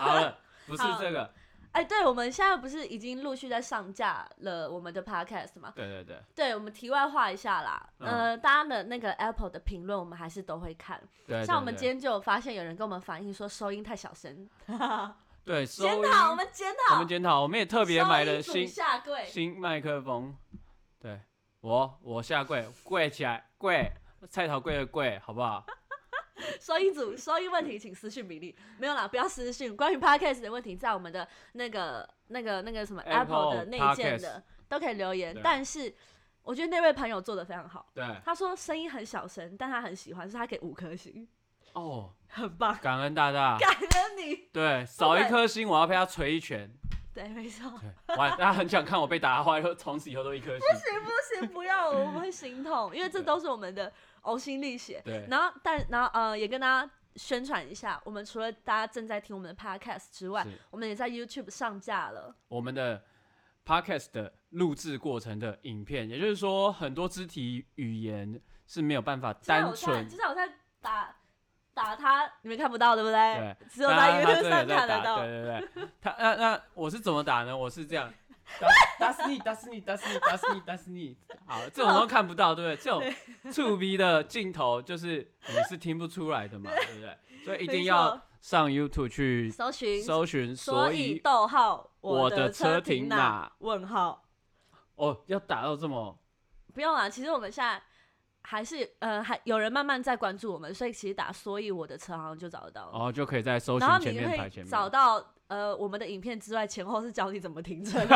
Speaker 2: 好了，不是
Speaker 1: 好
Speaker 2: 这个，
Speaker 1: 哎，对，我们现在不是已经陆续在上架了我们的 podcast 吗？
Speaker 2: 对对对
Speaker 1: 对，我们题外话一下啦。
Speaker 2: 嗯
Speaker 1: 呃，大家的那个 Apple 的评论，我们还是都会看。
Speaker 2: 对，
Speaker 1: 像我们
Speaker 2: 对
Speaker 1: 今天就有发现有人跟我们反映说收音太小声，
Speaker 2: 对
Speaker 1: 检
Speaker 2: 收音，
Speaker 1: 讨我们检讨，
Speaker 2: 我们检讨，我们也特别买了
Speaker 1: 收音组
Speaker 2: 新
Speaker 1: 下跪。
Speaker 2: 新麦克风，对我我下跪跪起来跪，菜头跪的跪，好不好？
Speaker 1: 收音组收音问题，请私讯比例。没有啦，不要私讯。关于 podcast 的问题，在我们的那个、那个、那个什么
Speaker 2: Apple
Speaker 1: Apple 的内建的都可以留言
Speaker 2: 对。
Speaker 1: 但是我觉得那位朋友做的非常好，
Speaker 2: 对
Speaker 1: 他说声音很小声，但他很喜欢，所以他给五颗星，
Speaker 2: 哦，
Speaker 1: 很棒，
Speaker 2: 感恩大大，
Speaker 1: 感恩你。
Speaker 2: 对，少一颗星，我要被他捶一拳。
Speaker 1: 对，没错。
Speaker 2: 对，哇，大家很想看我被打坏，说从此以后都一颗星。
Speaker 1: 不行，不要，我们会心痛，因为这都是我们的呕心沥血。
Speaker 2: 对
Speaker 1: 然后，但然后呃，也跟大家宣传一下，我们除了大家正在听我们的 podcast 之外
Speaker 2: 是，
Speaker 1: 我们也在 YouTube 上架了。
Speaker 2: 我们的 podcast 的录制过程的影片，也就是说，很多肢体语言是没有办法
Speaker 1: 就像
Speaker 2: 单
Speaker 1: 我在
Speaker 2: 纯
Speaker 1: 就。像我在打打他，你们看不到对不对？
Speaker 2: 对，
Speaker 1: 只有
Speaker 2: 当
Speaker 1: 在
Speaker 2: 啊然他
Speaker 1: YouTube
Speaker 2: 真的
Speaker 1: 上
Speaker 2: 在
Speaker 1: 看得
Speaker 2: 打
Speaker 1: 到。
Speaker 2: 对对对，他 那那我是怎么打呢？我是这样，打打死你，打死你，打死你，打死你，打死你。好，这种都看不到，对
Speaker 1: 哦
Speaker 2: 不对？这种触逼的镜头，就是你是听不出来 的嘛，对不对？所以一定
Speaker 1: 没错
Speaker 2: 要上 YouTube 去
Speaker 1: 搜寻，
Speaker 2: 搜寻。
Speaker 1: 所
Speaker 2: 所
Speaker 1: 以
Speaker 2: 以
Speaker 1: 逗号，
Speaker 2: 我的
Speaker 1: 的
Speaker 2: 车停
Speaker 1: 停
Speaker 2: 哪？
Speaker 1: 问号。
Speaker 2: 哦，要打到这么
Speaker 1: 不用啦，其实我们现在还是呃，还有人慢慢在关注我们，所以其实打“所以我的车”好像就找得到了。
Speaker 2: 然后就可以在搜寻
Speaker 1: 然后
Speaker 2: 前
Speaker 1: 你
Speaker 2: 面排前
Speaker 1: 会
Speaker 2: 面。
Speaker 1: 找 到呃我们的影片之外，前后是教你怎么停车 的，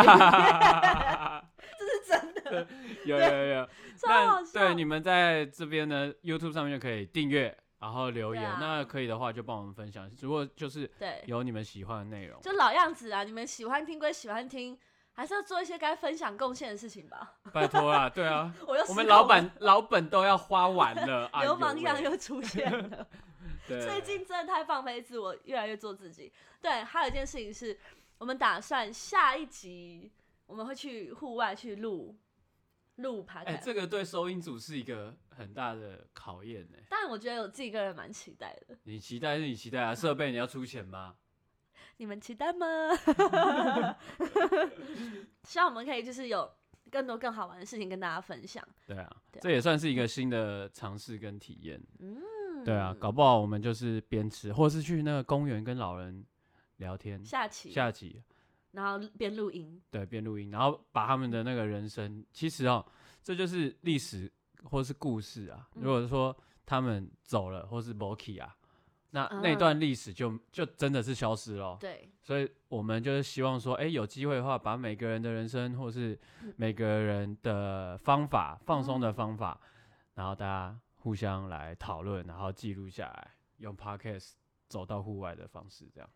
Speaker 1: 这是真的，
Speaker 2: 有有有，
Speaker 1: 超
Speaker 2: 那
Speaker 1: 好笑。
Speaker 2: 对你们在这边呢，YouTube 上面就可以订阅然后留
Speaker 1: 对
Speaker 2: 言。
Speaker 1: 啊
Speaker 2: 那可以的话就帮我们分享，如果就是
Speaker 1: 对，
Speaker 2: 有你们喜欢的内容，
Speaker 1: 就老样子啊，你们喜欢听归喜欢听，还是要做一些该分享贡献的事情吧。
Speaker 2: 拜托啦，对啊，
Speaker 1: 我又
Speaker 2: 我
Speaker 1: 失
Speaker 2: 们
Speaker 1: 控
Speaker 2: 老
Speaker 1: 了
Speaker 2: 板老本都要花完 了，哎
Speaker 1: 流
Speaker 2: 呦
Speaker 1: 氓样
Speaker 2: 喂
Speaker 1: 又出现 了，
Speaker 2: 对
Speaker 1: 最近真的太放飞自我，越来越做自己。对，还有一件事情是，我们打算下一集我们会去户外去录录爬
Speaker 2: 哎、
Speaker 1: 开。
Speaker 2: 这个对收音组是一个很大的考验呢、
Speaker 1: 但我觉得我自己个人蛮期待的，
Speaker 2: 你期待是你期待啊，设备你要出钱吗？
Speaker 1: 你们期待 吗？希望我们可以就是有更多更好玩的事情跟大家分享。
Speaker 2: 对啊，
Speaker 1: 对啊
Speaker 2: 这也算是一个新的尝试跟体验。
Speaker 1: 嗯，
Speaker 2: 对啊，搞不好我们就是边吃，或是去那个公园跟老人聊天，
Speaker 1: 下期，
Speaker 2: 下集
Speaker 1: 然后边录音，
Speaker 2: 对边录音，然后把他们的那个人生，其实哦，这就是历史或是故事啊。
Speaker 1: 嗯
Speaker 2: 如果说他们走了或是 Boki 啊，那那段历史就就真的是消失了。
Speaker 1: 对，
Speaker 2: 所以我们就是希望说，哎、有机会的话，把每个人的人生或是每个人的方法、放松的方法，然后大家互相来讨论，然后记录下来，用 podcast 走到户外的方式，这样。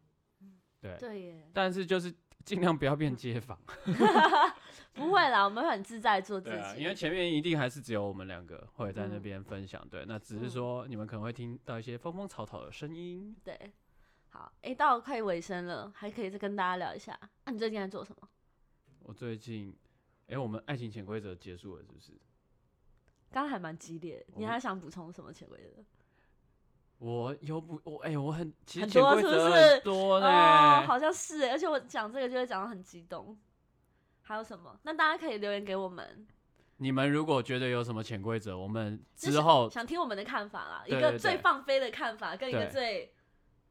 Speaker 2: 对。
Speaker 1: 对耶，
Speaker 2: 但是就是尽量不要变街坊，
Speaker 1: 不会啦，我们会很自在做自
Speaker 2: 对啊，
Speaker 1: 己，
Speaker 2: 因为前面一定还是只有我们两个会在那
Speaker 1: 嗯
Speaker 2: 边分享，对，那只
Speaker 1: 嗯
Speaker 2: 是说你们可能会听到一些风风草草的声音。
Speaker 1: 对，好，哎、到快尾声了，还可以再跟大家聊一下。那、你最近在做什么？
Speaker 2: 我最近，哎、我们爱情潜规则结束了，是不是？
Speaker 1: 刚刚还蛮激烈的，
Speaker 2: 我
Speaker 1: 你
Speaker 2: 们
Speaker 1: 还想补充什么潜规则？
Speaker 2: 我有不我哎、我很其实
Speaker 1: 很
Speaker 2: 潜
Speaker 1: 多
Speaker 2: 规
Speaker 1: 是不
Speaker 2: 则
Speaker 1: 是
Speaker 2: 很多呢、
Speaker 1: 哦，好像是耶，而且我讲这个就会讲到很激动。还有什么？那大家可以留言给我们，
Speaker 2: 你们如果觉得有什么潜规则，我们
Speaker 1: 就是
Speaker 2: 之后
Speaker 1: 想听我们的看法啦，
Speaker 2: 哦对
Speaker 1: 一个
Speaker 2: 对
Speaker 1: 最
Speaker 2: 对
Speaker 1: 放飞的看法，跟一个
Speaker 2: 对
Speaker 1: 最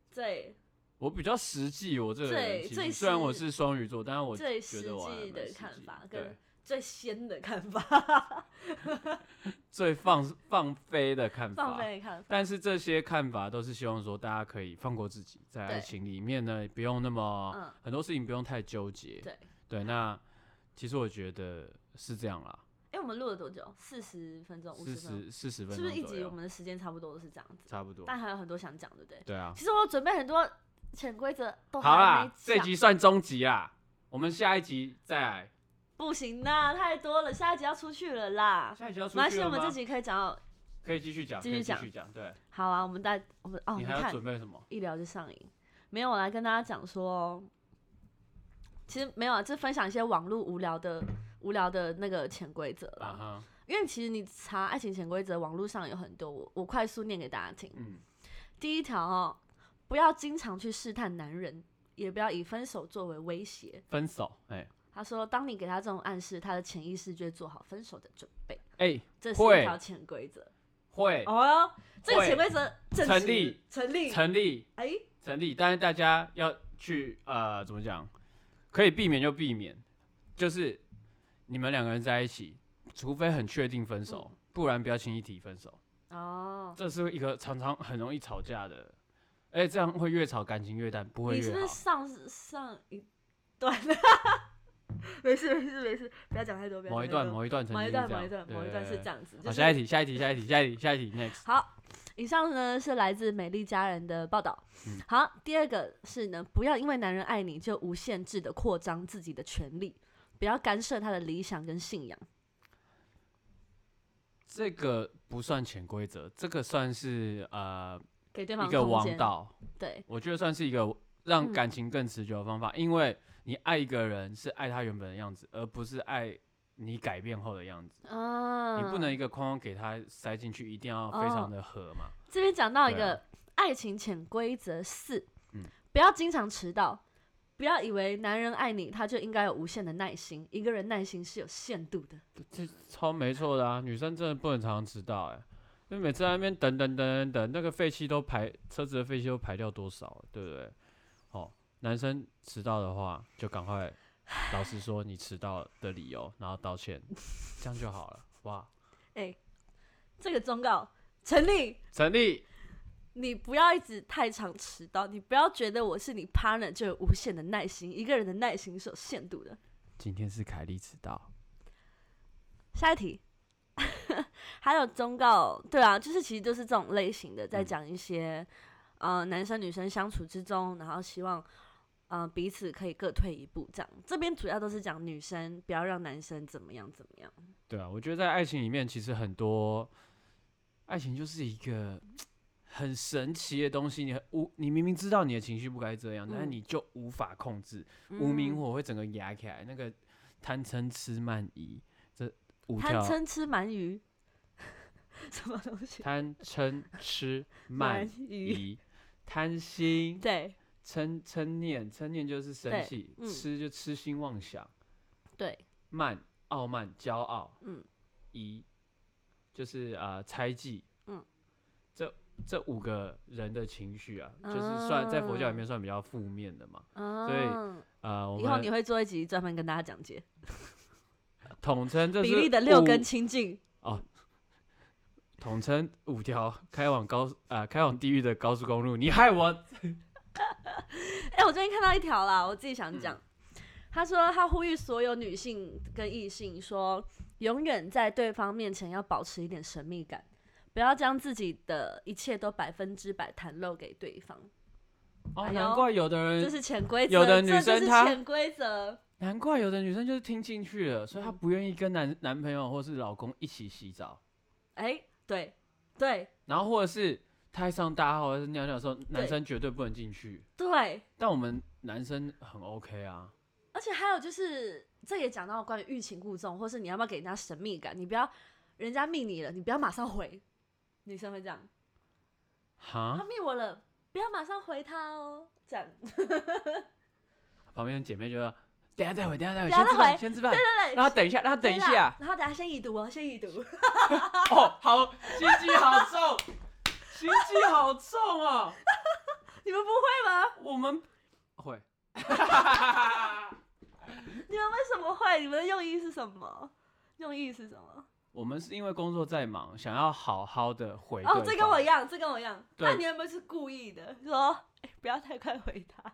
Speaker 1: 最
Speaker 2: 我比较实际，我这个人
Speaker 1: 最
Speaker 2: 其
Speaker 1: 最
Speaker 2: 实虽然
Speaker 1: 实
Speaker 2: 我是双鱼座，但是我
Speaker 1: 最
Speaker 2: 觉
Speaker 1: 实
Speaker 2: 得我还
Speaker 1: 际
Speaker 2: 蛮
Speaker 1: 的
Speaker 2: 实
Speaker 1: 看
Speaker 2: 际
Speaker 1: 法
Speaker 2: 对
Speaker 1: 跟最仙的看法，
Speaker 2: 最放放飞的看法。
Speaker 1: 放飞的看法。
Speaker 2: 但是这些看法都是希望说大家可以放过自己，在爱
Speaker 1: 对
Speaker 2: 情里面呢，不用那么、
Speaker 1: 嗯
Speaker 2: 很多事情不用太纠结。
Speaker 1: 对
Speaker 2: 对，那其实我觉得是这样啦，
Speaker 1: 哎、我们录了多久？四十分钟，五
Speaker 2: 四
Speaker 1: 十分钟，
Speaker 2: 十四十分
Speaker 1: 是
Speaker 2: 钟
Speaker 1: 不是一
Speaker 2: 左
Speaker 1: 集
Speaker 2: 右
Speaker 1: 我们的时间差不多都是这样子？
Speaker 2: 差不多？
Speaker 1: 但还有很多想讲，对不对？
Speaker 2: 对啊，
Speaker 1: 其实我准备很多潜规则，都
Speaker 2: 好
Speaker 1: 还没
Speaker 2: 啦
Speaker 1: 讲，。
Speaker 2: 这集算终极啦，我们下一集再来。
Speaker 1: 不行啦，太多了，下一集要出去了啦。
Speaker 2: 下一集要
Speaker 1: 没
Speaker 2: 出
Speaker 1: 关
Speaker 2: 去
Speaker 1: 系，我
Speaker 2: 了
Speaker 1: 们
Speaker 2: 吗
Speaker 1: 这？集可以讲到。
Speaker 2: 可以继续讲，
Speaker 1: 继
Speaker 2: 可以
Speaker 1: 续
Speaker 2: 继
Speaker 1: 讲
Speaker 2: 续讲。对，
Speaker 1: 好啊，我们大我们哦，
Speaker 2: 你
Speaker 1: 你
Speaker 2: 还要
Speaker 1: 看
Speaker 2: 准备什么？
Speaker 1: 一聊就上瘾。没有，我来跟大家讲说，哦其实没有啊，这分享一些网络无聊的无聊的那个潜规则
Speaker 2: 啊
Speaker 1: 啦。
Speaker 2: 哈，
Speaker 1: 因为其实你查爱情潜规则，网络上有很多，我我快速念给大家听。
Speaker 2: 嗯，
Speaker 1: 第一条哦，不要经常去试探男人，也不要以分手作为威胁。
Speaker 2: 分手，哎
Speaker 1: 他说，当你给他这种暗示，他的潜意识就会做好分手的准备。
Speaker 2: 哎，
Speaker 1: 这是
Speaker 2: 会
Speaker 1: 一条潜规则。
Speaker 2: 会
Speaker 1: 哦，这个
Speaker 2: 会
Speaker 1: 潜规则证实
Speaker 2: 成立，
Speaker 1: 成立。
Speaker 2: 成立
Speaker 1: 哎，
Speaker 2: 成立，但是大家要去呃，怎么讲？可以避免就避免，就是你们两个人在一起，除非很确定分手，
Speaker 1: 嗯
Speaker 2: 不然不要轻易提分手。
Speaker 1: 哦，
Speaker 2: 这是一个常常很容易吵架的，哎，这样会越吵感情越淡，不会
Speaker 1: 你是
Speaker 2: 越
Speaker 1: 不是
Speaker 2: 好。
Speaker 1: 上上一 段？没事没事没事，不要讲太多，不要
Speaker 2: 某一
Speaker 1: 讲太
Speaker 2: 段
Speaker 1: 多
Speaker 2: 某一段曾
Speaker 1: 某
Speaker 2: 经
Speaker 1: 一段某一，
Speaker 2: 是这样
Speaker 1: 段
Speaker 2: 对
Speaker 1: 某一段
Speaker 2: 对
Speaker 1: 是
Speaker 2: 对
Speaker 1: 这样子。就
Speaker 2: 好，
Speaker 1: 是
Speaker 2: 下一题，下一题，下一题，下一题，下一题，next。
Speaker 1: 好，以上呢是来自美丽家人的报道。
Speaker 2: 嗯
Speaker 1: 好，第二个是呢，不要因为男人爱你就无限制的扩张自己的权利，不要干涉他的理想跟信仰。
Speaker 2: 这个不算潜规则，这个算是呃
Speaker 1: 给对方
Speaker 2: 一个
Speaker 1: 空
Speaker 2: 王
Speaker 1: 间，
Speaker 2: 道，
Speaker 1: 对
Speaker 2: 我觉得算是一个让
Speaker 1: 嗯
Speaker 2: 感情更持久的方法，因为你爱一个人是爱他原本的样子，而不是爱你改变后的样子。
Speaker 1: 啊，
Speaker 2: 你不能一个框框给他塞进去，一定要非常的合嘛。
Speaker 1: 这边讲到一
Speaker 2: 对啊
Speaker 1: 个爱情潜规则四，
Speaker 2: 嗯
Speaker 1: 不要经常迟到，不要以为男人爱你，他就应该有无限的耐心。一个人耐心是有限度的，
Speaker 2: 这超没错的啊，女生真的不能常常迟到哎、因为每次在那边等等等等等，那个废气都排车子的废气都排掉多少，对不对？哦，男生迟到的话，就赶快老实说你迟到的理由，然后道歉，这样就好了。哇，
Speaker 1: 哎、这个忠告成立。
Speaker 2: 成立。
Speaker 1: 你不要一直太常迟到，你不要觉得我是你 partner 就有无限的耐心，一个人的耐心是有限度的。
Speaker 2: 今天是凯莉迟到，
Speaker 1: 下一题， 还有忠告，对啊，就是其实就是这种类型
Speaker 2: 嗯
Speaker 1: 的，在讲一些、呃男生女生相处之中，然后希望呃彼此可以各退一步这样。这边主要都是讲女生不要让男生怎么样怎么样，
Speaker 2: 对啊，我觉得在爱情里面，其实很多爱情就是一个很神奇的东西。你很无，你明明知道你的情绪不该这样，但是
Speaker 1: 嗯
Speaker 2: 你就无法控制，无名
Speaker 1: 嗯
Speaker 2: 火会整个压起来。那个贪嗔痴慢疑，这五
Speaker 1: 贪
Speaker 2: 条
Speaker 1: 嗔痴鳗鱼， 什么东西？
Speaker 2: 贪嗔 痴慢
Speaker 1: 鱼，
Speaker 2: 疑，贪心
Speaker 1: 对
Speaker 2: 嗔嗔念，嗔念就是生
Speaker 1: 对
Speaker 2: 气，
Speaker 1: 嗯
Speaker 2: 痴就痴心妄想，
Speaker 1: 对，
Speaker 2: 慢傲慢骄傲，
Speaker 1: 嗯，
Speaker 2: 疑就是啊猜忌，
Speaker 1: 嗯，
Speaker 2: 这这五个人的情绪啊，就是算在佛教里面算比较负面的嘛。以
Speaker 1: 嗯，
Speaker 2: 呃，我
Speaker 1: 以后你
Speaker 2: 们
Speaker 1: 会做一集专门跟大家讲解
Speaker 2: 统称这是
Speaker 1: 比例的六
Speaker 2: 五
Speaker 1: 根清净，
Speaker 2: 统称五条开往高啊、开往地狱的高速公路。你害我，
Speaker 1: 哎、我最近看到一条啦，我自己想
Speaker 2: 嗯
Speaker 1: 讲。他说，他呼吁所有女性跟异性说，永远在对方面前要保持一点神秘感，不要将自己的一切都百分之百袒露给对方，
Speaker 2: 哦，
Speaker 1: 哎呦
Speaker 2: 难怪有的
Speaker 1: 这
Speaker 2: 人，
Speaker 1: 是潜规则。
Speaker 2: 嗯有
Speaker 1: 这
Speaker 2: 的女
Speaker 1: 就是
Speaker 2: 生她
Speaker 1: 潜规则，
Speaker 2: 难怪有的女生就是听进去了，所以她
Speaker 1: 嗯
Speaker 2: 不愿意跟男男朋友或是老公一起洗澡。
Speaker 1: 哎、对对
Speaker 2: 然后或者是太上大号或者是尿尿的时候，男生绝对不能进去。
Speaker 1: 对，
Speaker 2: 但我们男生很 OK 啊，
Speaker 1: 而且还有就是，这也讲到关于欲擒故纵，或是你要不要给人家神秘感，你不要人家密你了，你不要马上回，女生会这样，他
Speaker 2: 哈，
Speaker 1: 密我了，不要马上回他哦，这样。
Speaker 2: 旁边姐妹就说：“等一下再回，等一下再回，
Speaker 1: 等一下
Speaker 2: 先
Speaker 1: 再
Speaker 2: 吃饭，
Speaker 1: 回
Speaker 2: 先吃饭
Speaker 1: 对，对对，
Speaker 2: 让他等一下，让他等一下。
Speaker 1: 然后等下先已读哦，先 已读。”
Speaker 2: 哦，好，心机好 重，心机好重哦。
Speaker 1: 你们不会吗？
Speaker 2: 我们会，
Speaker 1: 你们为什么会？你们的用意是什么？用意是什么？
Speaker 2: 我们是因为工作在忙，想要好好的回对
Speaker 1: 哦
Speaker 2: 方。，
Speaker 1: 这跟我一样，这跟我一样。
Speaker 2: 对
Speaker 1: 那你有没有是故意的？说、哎不要太快回他。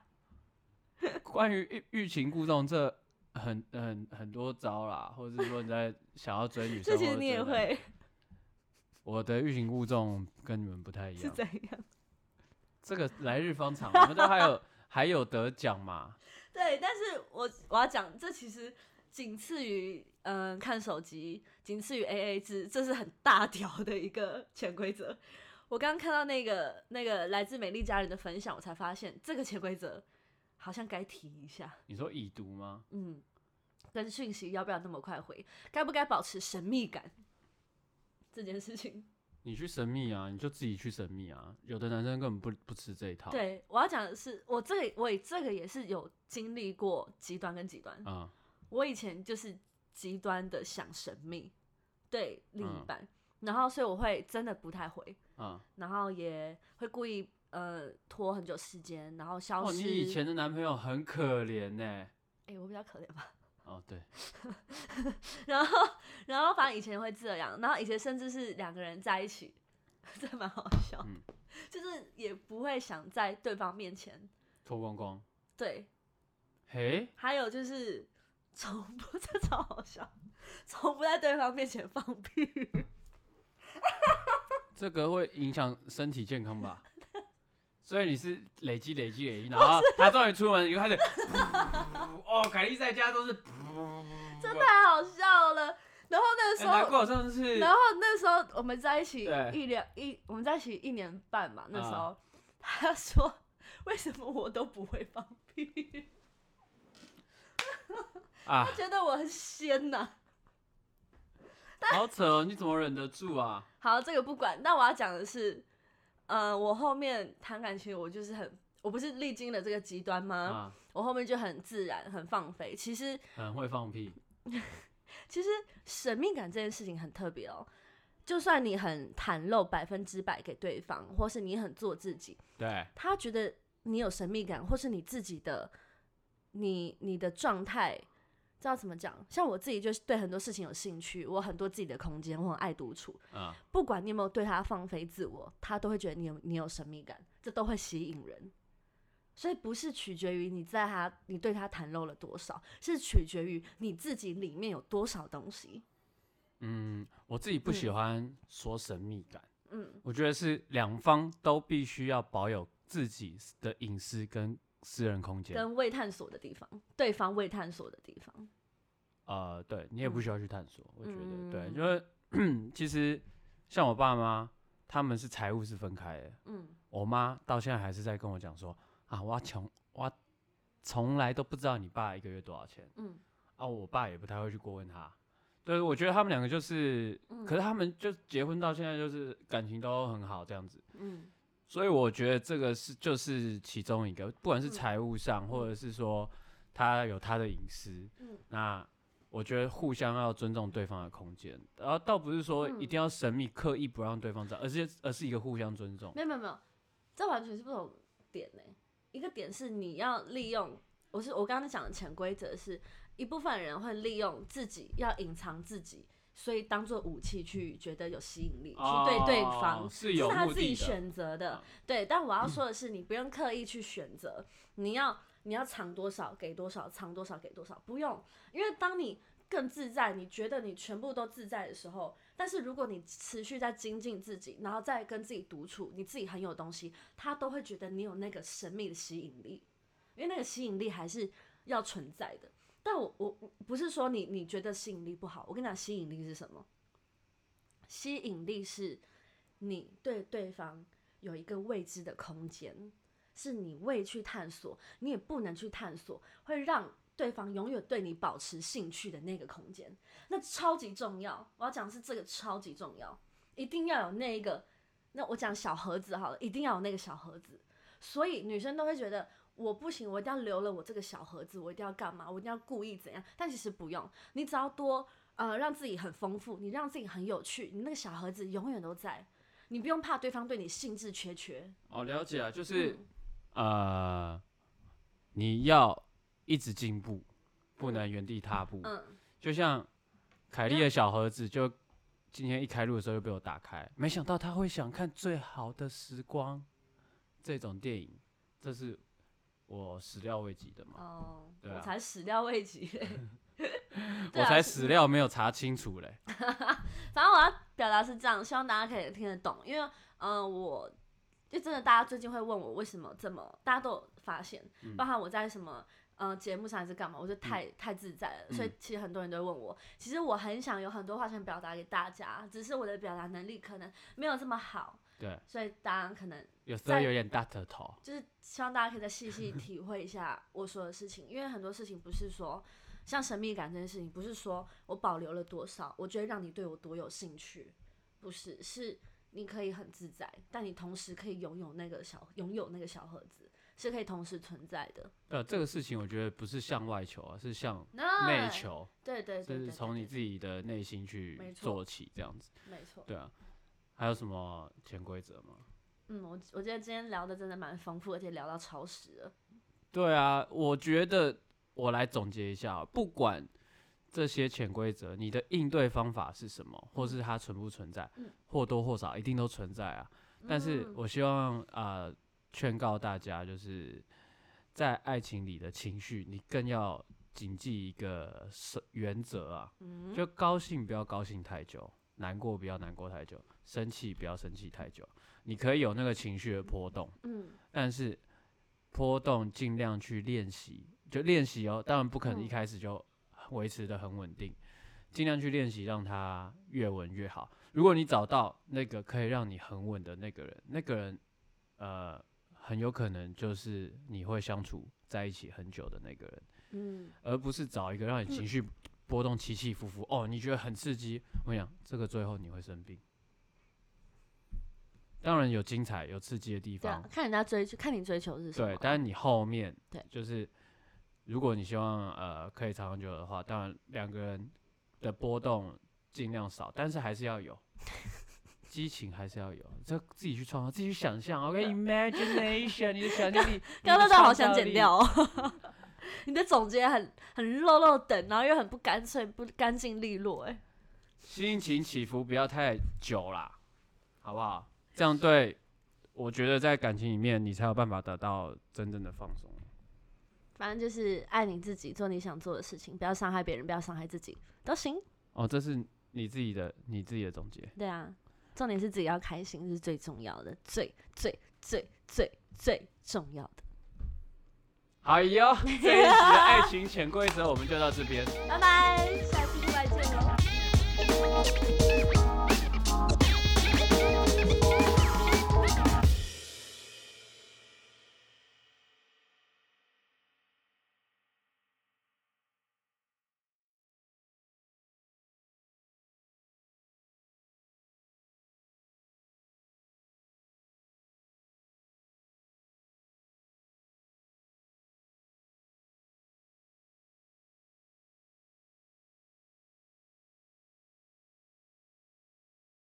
Speaker 2: 关于欲欲擒故纵这。很很很多招啦，或者是说你在想要追女生，
Speaker 1: 这
Speaker 2: 或
Speaker 1: 其
Speaker 2: 者
Speaker 1: 实你
Speaker 2: 追
Speaker 1: 也
Speaker 2: 男
Speaker 1: 会
Speaker 2: 我的欲擒故纵跟你们不太一
Speaker 1: 是
Speaker 2: 样，
Speaker 1: 怎样？
Speaker 2: 这个来日方长，我们都还有还有得奖嘛？
Speaker 1: 对，但是我我要讲，这其实仅次于嗯、呃看手机，仅次于 A A 制，这是很大条的一个潜规则。我刚刚看到那个那个来自美丽家人的分享，我才发现这个潜规则好像该提一下。
Speaker 2: 你说已读吗？
Speaker 1: 嗯，跟讯息要不要那么快回，该不该保持神秘感这件事情。
Speaker 2: 你去神秘啊，你就自己去神秘啊。有的男生根本不不吃这一套，，
Speaker 1: 对，我要讲的是，我这个我也这个也是有经历过极端跟极端。
Speaker 2: 嗯，
Speaker 1: 我以前就是极端的想神秘，对另一
Speaker 2: 嗯
Speaker 1: 半，然后所以我会真的不太回，
Speaker 2: 嗯，
Speaker 1: 然后也会故意呃拖很久时间，然后消
Speaker 2: 哦，你
Speaker 1: 失。
Speaker 2: 以前的男朋友很可怜呢、
Speaker 1: 哎、我比较可怜吧。
Speaker 2: 哦，对，
Speaker 1: 然后，然后反正以前会这样，然后以前甚至是两个人在一起， 这蛮好笑的，
Speaker 2: 嗯
Speaker 1: 就是也不会想在对方面前
Speaker 2: 脱光光，
Speaker 1: 对，
Speaker 2: 嘿，
Speaker 1: 还有就是从不 这超好笑，从不在对方面前放屁，
Speaker 2: 这个会影响身体健康吧？ 所以你是累积累积累积，然后他终于出门，你就开始，哦，凯莉在家都是，真的，
Speaker 1: 太好笑了。然后那个时
Speaker 2: 哎难
Speaker 1: 候，
Speaker 2: 怪我上次
Speaker 1: 然后那时候我们在一起
Speaker 2: 对
Speaker 1: 一两一，我们在一起一年半嘛，那时
Speaker 2: 啊
Speaker 1: 候、 他说为什么我都不会放屁，
Speaker 2: 啊，
Speaker 1: 觉得我很仙呐、
Speaker 2: 好扯哦，你怎么忍得住啊？
Speaker 1: 好，这个不管。那我要讲的是，呃，我后面谈感情，我就是很，我不是历经了这个极端吗？
Speaker 2: 啊，
Speaker 1: 我后面就很自然，很放飞。其实，
Speaker 2: 很会放屁，
Speaker 1: 其实神秘感这件事情很特别哦。就算你很袒露百分之百给对方，或是你很做自己，
Speaker 2: 对，
Speaker 1: 他觉得你有神秘感，或是你自己的，你你的状态，知道怎么讲？像我自己就是对很多事情有兴趣，我很多自己的空间，我很爱独处。
Speaker 2: 嗯，
Speaker 1: 不管你有没有对他放飞自我，他都会觉得你有你有神秘感，这都会吸引人。所以不是取决于你在他你对他袒露了多少，是取决于你自己里面有多少东西。
Speaker 2: 嗯，我自己不喜
Speaker 1: 嗯
Speaker 2: 欢说神秘感，
Speaker 1: 嗯，
Speaker 2: 我觉得是两方都必须要保有自己的隐私跟私人空间。
Speaker 1: 跟未探索的地方，对方未探索的地方，
Speaker 2: 呃，对你也不需要去探索，我觉得、对，
Speaker 1: 嗯
Speaker 2: 因为 其实像我爸妈，他们是财务是分开的，
Speaker 1: 嗯，
Speaker 2: 我妈到现在还是在跟我讲说啊，我穷，我从来都不知道你爸一个月多少钱，
Speaker 1: 嗯
Speaker 2: 啊，我爸也不太会去过问他。对，我觉得他们两个就是，
Speaker 1: 嗯
Speaker 2: 可是他们就结婚到现在就是感情都很好这样子，
Speaker 1: 嗯
Speaker 2: 所以我觉得这个是就是其中一个，不管是
Speaker 1: 嗯
Speaker 2: 财务上，或者是说他有他的隐私，
Speaker 1: 嗯
Speaker 2: 那我觉得互相要尊重对方的空间，然后倒不是说一
Speaker 1: 嗯
Speaker 2: 定要神秘刻意不让对方知道，而是而是一个互相尊重。
Speaker 1: 没有没有没有，这完全是不同点呢、一个点是你要利用，我是我刚刚讲的潜规则是，一部分人会利用自己要隐藏自己，所以当做武器去觉得有吸引力，去对对方
Speaker 2: 哦。是
Speaker 1: 这
Speaker 2: 有
Speaker 1: 是他
Speaker 2: 目
Speaker 1: 自己
Speaker 2: 的的，
Speaker 1: 选择的
Speaker 2: 嗯，
Speaker 1: 对。但我要说的是，你不用刻意去选择，你要你要藏多少给多少，藏多少给多少，不用。因为当你更自在，你觉得你全部都自在的时候，但是如果你持续在精进自己，然后再跟自己独处，你自己很有东西，他都会觉得你有那个神秘的吸引力，因为那个吸引力还是要存在的。但我我不是说你你觉得吸引力不好，我跟你讲，吸引力是什么？吸引力是你对对方有一个未知的空间，是你未去探索，你也不能去探索，会让对方永远对你保持兴趣的那个空间，那超级重要。我要讲的是这个超级重要，一定要有那一个。那我讲小盒子好了，一定要有那个小盒子。所以女生都会觉得我不行，我一定要留了我这个小盒子，我一定要干嘛，我一定要故意怎样。但其实不用，你只要多呃让自己很丰富，你让自己很有趣，你那个小盒子永远都在，你不用怕对方对你兴致缺缺。
Speaker 2: 哦，了解啊，就是、
Speaker 1: 嗯
Speaker 2: 呃，你要一直进步，不能原地踏步。
Speaker 1: 嗯，
Speaker 2: 就像凯莉
Speaker 1: 因为
Speaker 2: 的小盒子，就今天一开录的时候就被我打开，没想到他会想看《最好的时光》这种电影，这是我始料未及的嘛，
Speaker 1: 哦，
Speaker 2: 对啊
Speaker 1: 我才始料未 及 嘞。对
Speaker 2: 我
Speaker 1: 啊
Speaker 2: 才
Speaker 1: 是
Speaker 2: 始料没有查清楚嘞。
Speaker 1: 反正我要表达是这样，希望大家可以听得懂，因为嗯、呃我就真的大家最近会问我为什么这么，大家都有发现，包含我在什么。嗯，节目上还是干嘛？我就太、太自在了，所以
Speaker 2: 嗯
Speaker 1: 其实很多人都会问我。其实我很想有很多话想表达给大家，只是我的表达能力可能没有这么好，
Speaker 2: 对，
Speaker 1: 所以大家可能
Speaker 2: 有时候
Speaker 1: 在
Speaker 2: 有点大舌头。
Speaker 1: 就是希望大家可以再细细体会一下我说的事情，因为很多事情不是说像神秘感这件事情，不是说我保留了多少，我觉得让你对我多有兴趣，不是，是你可以很自在，但你同时可以拥有那个小拥有那个小盒子，是可以同时存在的。
Speaker 2: 呃，这个事情我觉得不是向外求啊，是向
Speaker 1: 那
Speaker 2: 内，求，
Speaker 1: 对对
Speaker 2: 就
Speaker 1: 对对
Speaker 2: 是从你
Speaker 1: 对
Speaker 2: 自己的内心去
Speaker 1: 没错
Speaker 2: 做起，这样子。
Speaker 1: 对没错。
Speaker 2: 对啊，还有什么潜规则吗？
Speaker 1: 嗯，我我觉得今天聊的真的蛮丰富，而且聊到超时了。
Speaker 2: 对啊，我觉得我来总结一下哦，不管这些潜规则，你的应对方法是什么，或是它存不存在
Speaker 1: 嗯，
Speaker 2: 或多或少一定都存在啊。但是
Speaker 1: 嗯
Speaker 2: 我希望啊、呃劝告大家，就是在爱情里的情绪，你更要谨记一个是原则啊，
Speaker 1: 嗯
Speaker 2: 就高兴不要高兴太久，难过不要难过太久，生气不要生气太久。你可以有那个情绪的波动，
Speaker 1: 嗯
Speaker 2: 但是波动尽量去练习，就练习哦。当然不可能一
Speaker 1: 嗯
Speaker 2: 开始就维持的很稳定，尽量去练习，让它越稳越好。如果你找到那个可以让你很稳的那个人，那个人呃，很有可能就是你会相处在一起很久的那个人，
Speaker 1: 嗯，
Speaker 2: 而不是找一个让你情绪波动起起伏伏。哦，你觉得很刺激，我跟你讲，这个最后你会生病。当然有精彩、有刺激的地
Speaker 1: 对
Speaker 2: 方
Speaker 1: 啊，，看人家追求，看你追求是什么
Speaker 2: 对
Speaker 1: 啊。，
Speaker 2: 但是你后面
Speaker 1: 对
Speaker 2: 就是，如果你希望呃可以长长久久的话，当然两个人的波动尽量少，但是还是要有激情，还是要有，这自己去创造，自己去想象。OK，imagination，你的想象力，
Speaker 1: 刚刚那
Speaker 2: 到
Speaker 1: 段好想剪掉、哦。 你的总结很很漏漏等，然后又很不干脆、不干净利落、哎，
Speaker 2: 心情起伏不要太久啦，好不好？这样对，我觉得在感情里面你才有办法得到真正的放松。
Speaker 1: 反正就是爱你自己，做你想做的事情，不要伤害别人，不要伤害自己，都行。
Speaker 2: 哦，这是你自己的你自己的总结。
Speaker 1: 对啊，重点是自己要开心，这是最重要的，最最最最最重要的。
Speaker 2: 好哟，这一集的爱情潜规则我们就到这边。
Speaker 1: 哦拜拜，下次再见喽。